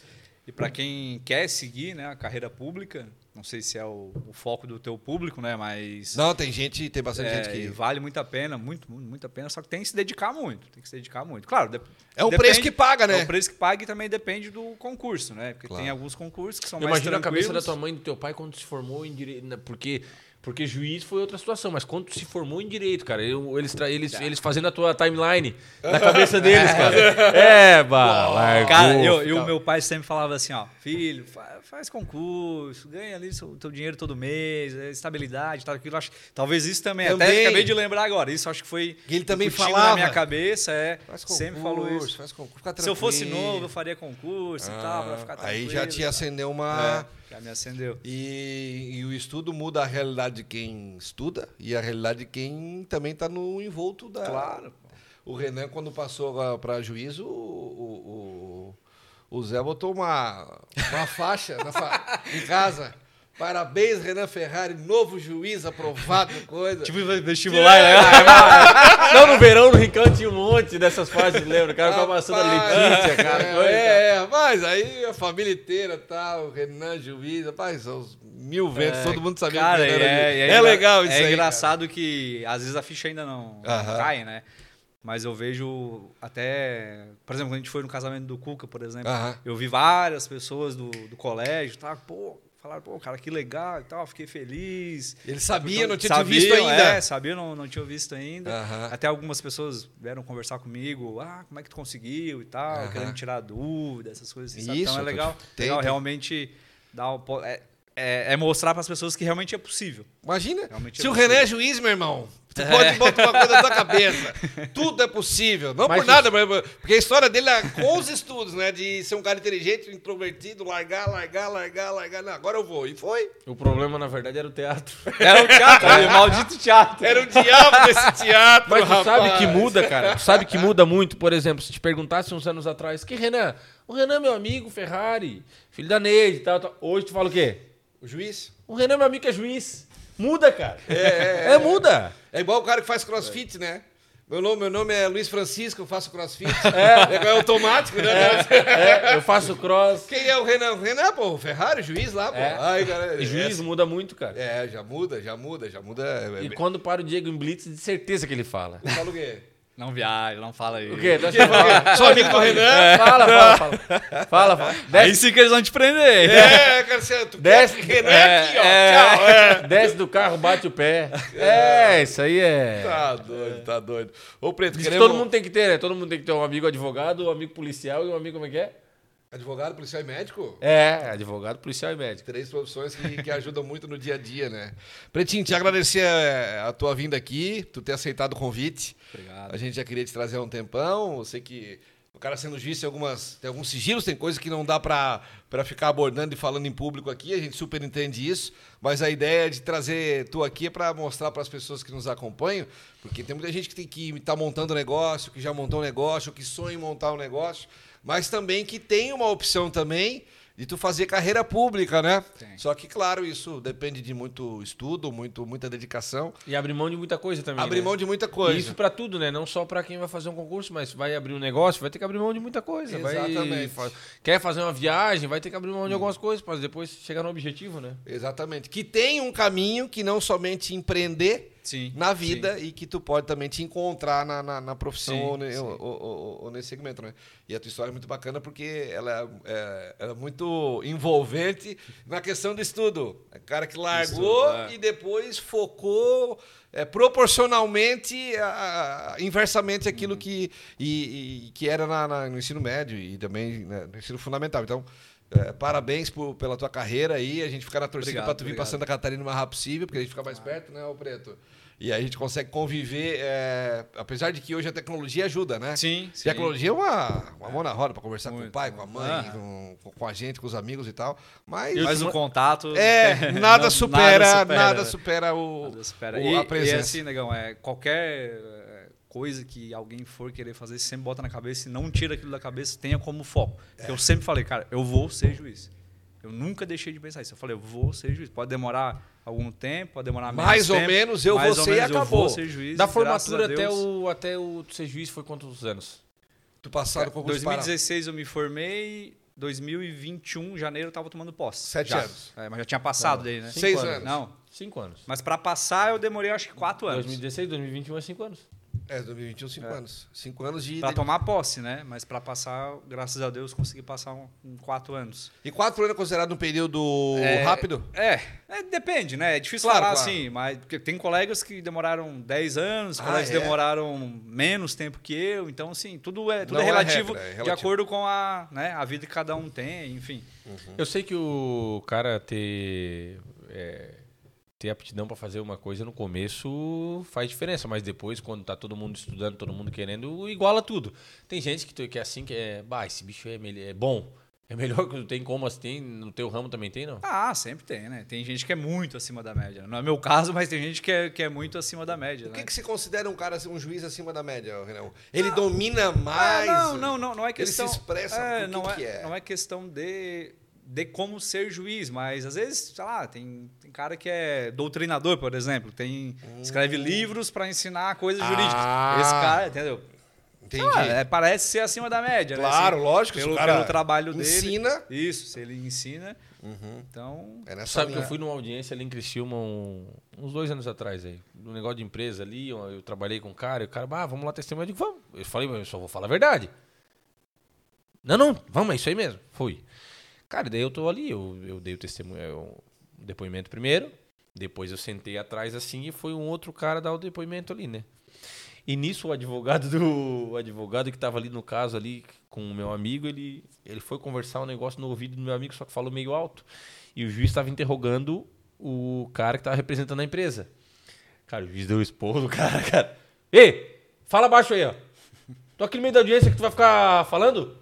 C: E para quem quer seguir, né, a carreira pública, não sei se é o, o foco do teu público, né, mas
A: Não, tem gente, tem bastante
C: é,
A: gente
C: e
A: que.
C: vale muito a pena, muito, muito, muito a pena, só que tem que se dedicar muito, tem que se dedicar muito. Claro, de-
A: É um
C: depende-
A: preço que paga, né?
C: É um preço que paga e também depende do concurso, né? Porque tem alguns concursos que são
B: Eu
C: mais
B: imagino a cabeça da
C: tranquilos.
B: tua mãe e do teu pai quando se formou em direito. né, Porque, porque juiz foi outra situação, mas quando se formou em direito, cara, eu- eles, tra- eles,
A: Tá.
B: eles fazendo a tua timeline na
A: (laughs)
B: cabeça deles, cara. É, bah, largou.
C: Cara,
B: (laughs)
C: eu, eu, meu pai sempre falava assim, ó, filho, fa- faz concurso, ganha ali seu teu dinheiro todo mês, é, estabilidade, tal, aquilo. Acho, talvez isso também,
A: Também.
C: até acabei de lembrar agora, isso acho que foi
A: Que ele também
C: incutido
A: falava.
C: na minha cabeça, é,
A: Faz
C: sempre falou
A: concurso,
C: isso.
A: Faz concurso, fica
C: Se eu fosse
A: tranquilo.
C: novo, eu faria concurso e tal, pra ficar
A: Ah, Aí já Ah.
C: tranquilo. né?
A: te acendeu uma.
C: É, já me acendeu.
A: E, e o estudo muda a realidade de quem estuda e a realidade de quem também está no envolto da.
C: Claro, pô.
A: O Renan, quando passou para juízo, o, o- o- o Zé botou uma, uma faixa na fa- em casa. Parabéns, Renan Ferrari, novo juiz aprovado, coisa.
C: Tipo vestibular, né?
E: Não, no verão, no Rincão tinha um monte dessas fases, lembra? O cara com a maçã da
A: Rapaz,
E: Letícia, cara.
A: É, é, é, mas aí a família inteira tal, o Renan, juiz, rapaz, são os mil ventos, todo mundo sabia
C: Cara,
A: que o
C: é,
A: Renan era
C: é
A: juiz. É
C: engra-
A: legal isso
C: é
A: aí. cara.
C: engraçado que às vezes a ficha ainda não, não
A: Aham.
C: cai, né? Mas eu vejo até. Por exemplo, quando a gente foi no casamento do Cuca, por exemplo,
A: Aham.
C: eu vi várias pessoas do, do colégio, tá? Pô, falaram, pô, cara, que legal e tal, fiquei feliz.
A: Ele sabia, não tinha te
C: Sabiam,
A: visto ainda.
C: É, sabia, não, não tinha visto ainda.
A: Aham.
C: Até algumas pessoas vieram conversar comigo, ah, como é que tu conseguiu e tal,
A: Aham.
C: querendo tirar dúvidas, essas coisas. assim, sabe?
A: Isso,
C: então é
A: tô-
C: legal,
A: tem-
C: legal
A: tem-
C: realmente dar o po- é, é- é mostrar para as pessoas que realmente
A: (laughs)
C: é possível.
A: Imagina,
C: Realmente
A: se
C: é
A: o
C: possível. É.
A: Renan é juiz, meu irmão, tu pode botar uma coisa na tua
C: (laughs)
A: cabeça. Tudo é possível, não por nada, mas- porque a história dele é com os estudos, né? De ser um cara inteligente, introvertido, largar, largar, largar, largar. Não, agora eu vou. E foi.
B: O problema, na verdade, era
A: (laughs)
B: o teatro.
A: É
C: Era o teatro, É o maldito teatro.
A: Era o diabo desse teatro,
B: Mas tu
A: rapaz.
B: sabe que muda, cara. Tu sabe que muda muito, por exemplo, se te perguntasse uns anos atrás, que Renan? O Renan é meu amigo, Ferrari, filho da Neide e tal, tal. Hoje tu fala o quê?
A: O juiz?
B: O Renan é meu amigo que é juiz. Muda, cara. É, muda.
A: É igual o cara que faz crossfit, né? Meu nome, meu nome é Luiz Francisco, eu faço crossfit. (laughs) É, é automático, né?
B: É, eu faço cross.
A: Quem é o Renan? O Renan, pô, o Ferrari, o juiz lá, pô.
B: É.
A: Ai, cara,
B: E juiz muda muito, cara.
A: É, já muda, já muda, já muda. É,
B: E
A: é-
B: quando para o Diego em Blitz, de certeza que ele fala.
A: Fala o quê?
C: Não viaja, não fala isso.
B: O quê? Nós-
A: Sou amigo é? Tá do Renan.
B: Fala, fala, fala. Fala, fala.
C: Aí
B: Desce,
C: sim que eles vão te prender.
A: É, cara, você, tu
B: Desce.
A: quer Renan
B: É,
A: aqui, ó.
B: é.
A: Tchau. É.
B: desce do carro, bate o pé. É, isso aí é.
A: Tá doido, tá doido. Ô, Preto,
B: Diz que
A: queremos...
B: todo mundo tem que ter, né? Todo mundo tem que ter um amigo advogado, um amigo policial e um amigo como é que é?
A: Advogado, policial e médico? É,
B: É, advogado, policial e médico.
A: Três profissões que, que ajudam muito no dia a dia, né? Pretinho, te agradecer eh, a tua vinda aqui, tu ter aceitado o convite.
C: Obrigado.
A: A gente já queria te trazer há um tempão. Eu sei que o cara sendo juiz tem, algumas, tem alguns sigilos, tem coisas que não dá pra pra ficar abordando e falando em público aqui. A gente super entende isso. Mas a ideia de trazer tu aqui é pra mostrar pras pessoas que nos acompanham, porque tem muita gente que tem que tá montando negócio, que já montou um negócio, que sonha em montar um negócio, mas também que tem uma opção também de tu fazer carreira pública, né?
C: Tem.
A: Só que, claro, isso depende de muito estudo, muito, muita dedicação.
B: E abrir mão de muita coisa também.
A: Abrir
B: né?
A: mão de muita
B: E
A: coisa.
B: Isso pra tudo, né? Não só pra quem vai fazer um concurso, mas vai abrir um negócio, vai ter que abrir mão de muita coisa. vai-
A: Exatamente.
B: fa- Quer fazer uma viagem, vai ter que abrir mão de algumas coisas pra depois chegar no objetivo, né?
A: Exatamente. Que tem um caminho que não somente empreender,
C: Sim,
A: na vida e que tu pode também te encontrar na, na, na profissão
C: Sim,
A: ou, ne-
C: sim.
A: ou- ou- ou- ou nesse segmento, né? E a tua história é muito bacana porque ela é, ela é muito envolvente na questão do estudo. É cara que largou
C: Estudo, é.
A: e depois focou é, proporcionalmente, a- a- inversamente
C: Uhum.
A: aquilo que, e, e- que era na- na- no ensino médio e também né, no ensino fundamental. Então, é, parabéns por- pela tua carreira aí. A gente fica na torcida
C: Obrigado,
A: para tu vir para
C: obrigado.
A: Santa Catarina o mais rápido possível, porque a gente fica mais perto, né, ô Preto? E aí a gente consegue conviver, é, apesar de que hoje a tecnologia ajuda, né?
C: Sim,
A: E
C: sim.
A: a Tecnologia é uma, uma mão na roda para conversar com o
C: Muito.
A: pai, com a mãe,
C: Ah.
A: com, com a gente, com os amigos e tal. Mas,
C: Mas o um contato. (laughs)
A: é,
C: não-
A: nada supera,
C: supera,
A: nada
C: né?
A: supera o,
C: Nada supera.
A: o-
C: E,
A: a
C: e é
A: presença.
C: assim, negão, é, qualquer é, coisa que alguém for querer fazer, você sempre bota na cabeça e não tira aquilo da cabeça, tenha como foco. Porque
A: É.
C: Eu sempre falei, cara, eu vou ser juiz. Eu nunca deixei de pensar isso. Eu falei, eu vou ser juiz. Pode demorar algum tempo, pode demorar menos
A: Mais ou
C: tempo,
A: menos, eu
C: mais
A: vou
C: ou
A: ser e
C: menos eu
A: acabou.
C: vou ser juiz.
B: Da
C: e graças
B: formatura
C: a Deus,
B: até o, até o ser juiz foi quantos anos?
A: Tu passar
C: É,
A: no concurso
C: 2016 eu me formei, 2021, janeiro, eu tava tomando posse.
A: Sete
C: Já.
A: anos.
C: É, mas já tinha passado daí, né?
A: Cinco Seis anos.
C: Não.
B: Cinco anos.
C: Mas pra passar eu demorei acho que quatro anos.
B: 2016, 2021 é cinco anos.
A: É, 2021, 5 anos. 5 anos de.
C: Pra tomar posse, né? Mas pra passar, graças a Deus, consegui passar um- em quatro anos.
A: E 4 anos é considerado um período rápido?
C: É, é, depende, né? É difícil
A: Claro,
C: falar
A: claro.
C: assim, mas porque tem colegas que demoraram 10 anos,
A: Ah,
C: colegas
A: é?
C: demoraram menos tempo que eu. Então, assim, tudo é, tudo
A: Não
C: é,
A: é
C: relativo,
A: regra, é
C: de
A: relativo.
C: acordo com a, né, a vida que cada um tem, enfim.
B: Eu sei que o cara ter, é, ter aptidão pra fazer uma coisa no começo faz diferença, mas depois, quando tá todo mundo estudando, todo mundo querendo, iguala tudo. Tem gente que, tu- que é assim, que é, bah, esse bicho é, mele- é bom, é melhor que tu tem como assim, tem, no teu ramo também tem, não?
C: Ah, sempre tem, né? Tem gente que é muito acima da média. Não é meu caso, mas tem gente que é, que é muito acima da média,
A: O
C: né?
A: que, que se considera um cara, um juiz acima da média, Renan? Ele domina mais?
C: Ah, não, não, não, não é questão.
A: Ele se expressa. o que
C: não
A: que é?
C: Não é questão de, de como ser juiz, mas às vezes, sei lá, tem, tem cara que é doutrinador, por exemplo, tem escreve livros para ensinar coisas
A: Hum. Ah.
C: jurídicas. Esse cara, entendeu? Sei
A: Entendi.
C: lá, é, parece ser acima da média, né?
A: claro,
C: Assim,
A: lógico. se
C: pelo,
A: o cara
C: pelo trabalho dele.
A: ensina.
C: Isso, se ele ensina. Então.
A: É
B: Tu
A: nessa
B: sabe que eu
A: linha.
B: fui numa audiência ali em Criciúma um- uns dois anos atrás aí, num negócio de empresa ali, eu, eu trabalhei com um cara, e o cara, ah, vamos lá testemunhar, eu digo, vamos. Eu falei, mas eu só vou falar a verdade. Não, não, vamos, é isso aí mesmo. Fui. Cara, daí eu tô ali, eu, eu dei o testemunho, eu- o depoimento primeiro, depois eu sentei atrás assim e foi um outro cara dar o depoimento ali, né? E nisso o advogado do o advogado que estava ali no caso ali com o meu amigo, ele ele foi conversar um negócio no ouvido do meu amigo, só que falou meio alto. E o juiz estava interrogando o cara que estava representando a empresa. Cara, o juiz deu esporro do cara, (laughs) cara. Ei, fala baixo aí, ó. Tô aqui no meio da audiência que tu vai ficar falando?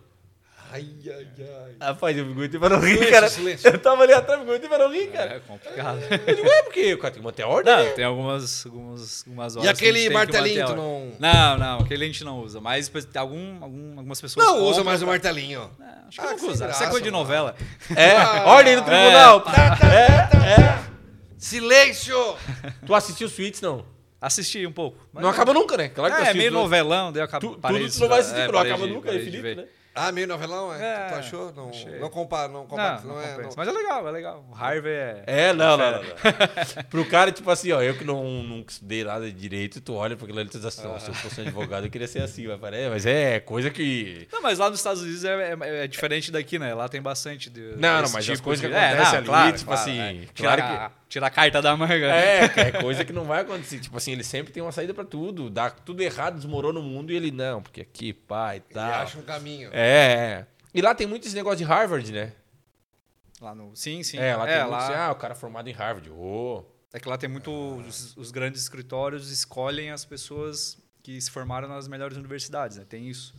A: Ai, ai, ai.
B: Rapaz, eu me aguentei pra não rir,
A: Silêncio,
B: cara.
A: silêncio.
B: Eu tava ali atrás, me aguentei pra não rir, cara.
C: É complicado. (laughs)
B: Eu digo, é porque o cara tem que manter a ordem. né?
C: Tem algumas, algumas, algumas
A: E
C: horas. que a
A: aquele
C: gente tem que
A: martelinho,
C: manter
A: tu
C: a hora.
A: não.
C: Não, não, aquele a gente não usa. Mas pe- algum, algum- algumas pessoas.
A: Não usa
C: compram,
A: mais o
C: tá?
A: martelinho.
C: É, Acho que
A: Ah,
C: não
A: que sem
C: usa. Isso é
A: graça,
C: coisa de
A: mano.
C: novela.
B: É, ordem do tribunal.
A: Tá, tá, tá, tá, tá. Silêncio!
B: Tu assistiu Suítes, não?
C: Assisti um pouco. mas
B: não acaba nunca, né? Claro que tu
C: É, é
B: assistiu
C: meio
B: tudo.
C: novelão, daí eu acabo.
B: Tu, tudo
C: parei de
B: tu não vai
C: estudar.
B: assistir, porque
C: É,
B: não
C: parei
B: acaba
C: de-
B: nunca, é
C: parei de
B: infinito,
C: ver.
B: né?
A: Ah, meio novelão, é?
C: É,
A: tu achou? Não,
C: achei.
A: não compara, não compara.
C: Não,
A: Não,
C: não
A: é, não-
C: compensa. Mas é legal, é legal. O Harvey é.
B: É, não, não, não. não. (laughs) Pro cara, tipo assim, ó, eu que não, nunca estudei nada de direito, tu olha porque lá ele diz assim, ó, se eu fosse um advogado, eu queria ser assim, mas, parece- mas é coisa que.
C: Não, mas lá nos Estados Unidos é, é- é diferente daqui, né? Lá tem bastante. De,
B: Não, não,
C: desse
B: mas
C: tipo
B: as coisas
C: de-
B: que acontecem
C: não,
B: ali, tipo assim,
C: é. Tira,
B: claro
C: a, tira a carta da manga. né?
B: É, é coisa que não vai acontecer. Tipo assim, ele sempre tem uma saída pra tudo, dá tudo errado, desmorou no mundo e ele não, porque aqui, pai,
A: ele
B: tá.
A: acha um caminho.
B: É, é. E lá tem muito esse negócio de Harvard, né?
C: Lá no, sim, sim.
B: É, lá tem
C: é,
B: muito. assim, ah, o cara formado em Harvard. Ô.
C: é que lá tem muito. Os, os grandes escritórios escolhem as pessoas que se formaram nas melhores universidades, né? Tem isso.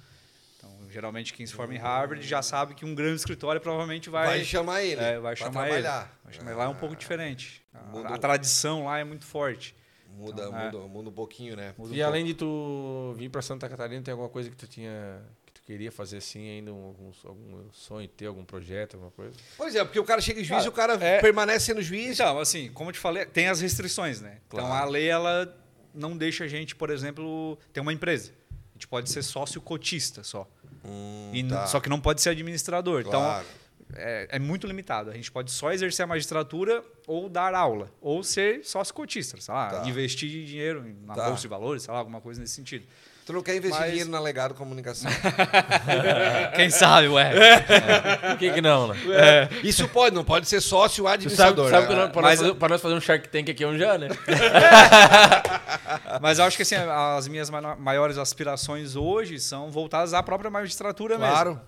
C: Então, geralmente, quem se forma em Harvard já sabe que um grande escritório provavelmente vai.
A: Vai, chamar ele.
C: É, vai
A: pra
C: chamar ele.
A: trabalhar.
C: Vai chamar ele. Lá é um pouco diferente. A-
A: Mudou.
C: A, tradição lá é muito forte.
A: Muda,
C: Então, é.
A: muda, muda um pouquinho, né?
C: Muda um
B: E além de tu vir pra Santa Catarina, tem alguma coisa que tu tinha. que tu queria fazer assim ainda? um- Algum, algum sonho teu, algum projeto, alguma coisa?
A: Pois é, porque o cara chega em juiz
C: Cara,
A: e o cara
C: é-
A: permanece sendo juiz.
C: Então, assim, como eu te falei, tem as restrições, né? Então a lei ela não deixa a gente, por exemplo, ter uma empresa. A gente pode ser sócio cotista só.
A: Hum,
C: Então, E n-
A: tá.
C: Só que não pode ser administrador.
A: Claro.
C: Então, é, é muito limitado. A gente pode só exercer a magistratura ou dar aula, ou ser sócio cotista, sei lá, investir dinheiro em- na
A: Tá.
C: bolsa de valores, sei lá, alguma coisa nesse sentido.
A: Tu não quer investir
C: Mas-
A: dinheiro na Legado
C: (laughs)
A: Comunicação.
C: Quem sabe, ué.
E: É.
B: Por que, que não, né?
A: Isso pode, não pode ser sócio
E: Tu sabe,
A: administrador.
E: sabe
A: né?
E: que nós- pra, nós fazer, pra nós fazer um Shark Tank aqui é um já, né?
C: Mas eu acho que assim, as minhas mano- maiores aspirações hoje são voltadas à própria magistratura mesmo.
A: Claro.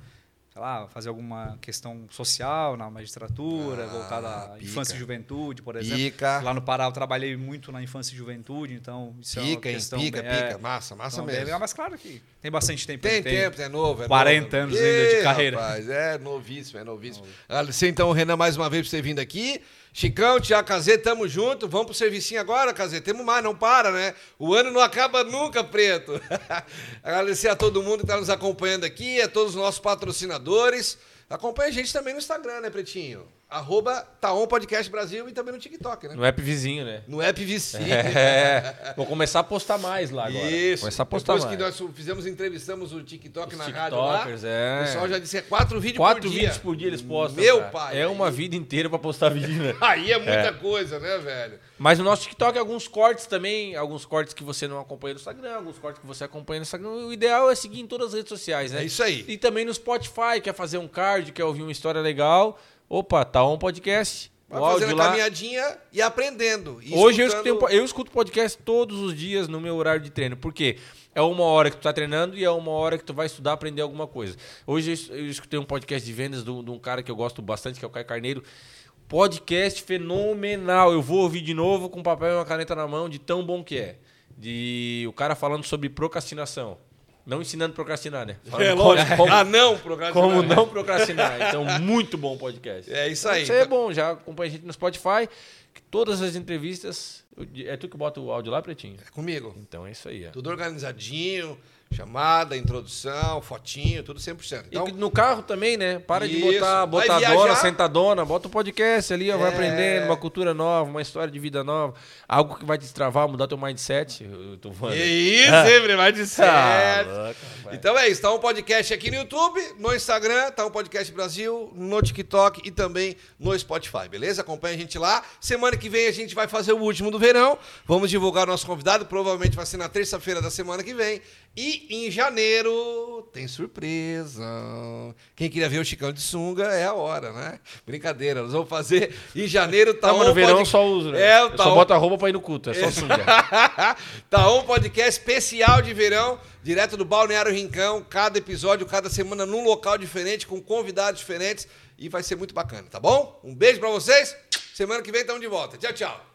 C: Sei lá, fazer alguma questão social na magistratura,
A: Ah,
C: voltada à
A: pica.
C: infância e juventude, por exemplo.
A: Pica,
C: Lá no Pará eu trabalhei muito na infância e juventude, então isso é uma
A: pica, hein?
C: questão...
A: pica,
C: bem- é,
A: pica. Massa, massa
C: então, bem
A: mesmo.
C: legal, mas claro que tem bastante tempo.
A: Tem
C: ainda,
A: tempo, é novo. É
C: 40
A: novo.
C: anos ainda de
A: Ih,
C: carreira.
A: Rapaz, é novíssimo, é novíssimo. Agradecer então o Renan mais uma vez por ter vindo aqui. Chicão, Tiago Cazê, tamo junto. Vamos pro servicinho agora, Cazê. Temos mais, não para, né? O ano não acaba nunca, preto. (laughs) Agradecer a todo mundo que tá nos acompanhando aqui, a todos os nossos patrocinadores. Acompanha a gente também no Instagram, né, Pretinho? Arroba Taon Podcast Brasil e também no TikTok, né?
B: No app vizinho, né?
A: No app VC.
B: É. Vou começar a postar mais lá agora.
A: Isso.
B: Começar a postar
A: Depois
B: mais.
A: que nós fizemos, entrevistamos o TikTok
B: Os
A: na rádio lá.
B: tiktokers,
A: O
B: é.
A: pessoal já disse, é quatro vídeos
B: Quatro
A: por dia.
B: vídeos por dia eles postam.
A: Meu
B: cara.
A: pai.
B: É uma vida inteira pra postar vídeo,
A: (laughs)
B: né?
A: (laughs) Aí é muita coisa, né, velho?
B: Mas no nosso TikTok, alguns cortes também, alguns cortes que você não acompanha no Instagram, alguns cortes que você acompanha no Instagram. O ideal é seguir em todas as redes sociais, né?
A: É isso aí.
B: E também no Spotify, quer fazer um card, quer ouvir uma história legal. Opa, tá um podcast.
A: Vai
B: o
A: fazendo
B: áudio
A: a
B: lá.
A: caminhadinha e aprendendo. e
B: Hoje eu,
A: escutando-
B: escutei um po- eu escuto podcast todos os dias no meu horário de treino. Por quê? É uma hora que tu tá treinando e é uma hora que tu vai estudar, aprender alguma coisa. Hoje eu es- eu escutei um podcast de vendas de um de um cara que eu gosto bastante, que é o Caio Carneiro. Podcast fenomenal. Eu vou ouvir de novo com papel e uma caneta na mão, de tão bom que é. De o cara falando sobre procrastinação. Não ensinando procrastinar, né?
A: (laughs)
B: Falando
A: É
B: como-
A: lógico.
B: Como,
A: Ah, não, programa.
B: como não (laughs) procrastinar. Então, muito bom podcast.
A: É isso aí.
B: Isso aí é bom, já acompanha a gente no Spotify. que Todas as entrevistas. É tu que bota o áudio lá, Pretinho?
A: É comigo.
B: Então é isso aí. é.
A: Tudo organizadinho, chamada, introdução, fotinho, tudo 100%. Então,
B: e no carro também, né? Para de
A: Isso.
B: botar
A: Vai
B: botadora,
A: viajar?
B: sentadona, bota o podcast ali, ó, vai
A: É.
B: aprendendo uma cultura nova, uma história de vida nova, algo que vai destravar, mudar teu mindset. Eu tô
A: que
B: voando.
A: isso, sempre vai de certo.
B: Ah. Tá louco,
A: Então é isso, tá um podcast aqui no YouTube, no Instagram, tá um podcast Brasil, no TikTok e também no Spotify, beleza? Acompanha a gente lá. Semana que vem a gente vai fazer o último do verão. Vamos divulgar o nosso convidado, provavelmente vai ser na terça-feira da semana que vem. E em janeiro tem surpresa. Quem queria ver o Chicão de Sunga é a hora, né? Brincadeira, nós vamos fazer em janeiro, tá
B: Não, mas
A: um
B: no verão eu
A: podcast-
B: só uso, né?
A: É,
B: eu
A: tá
B: só
A: um-
B: boto a roupa pra ir no culto,
A: (laughs)
B: é só sunga.
A: tá um podcast especial de verão, direto do Balneário Rincão. Cada episódio, cada semana num local diferente, com convidados diferentes. E vai ser muito bacana, tá bom? Um beijo pra vocês. Semana que vem estamos de volta. Tchau, tchau.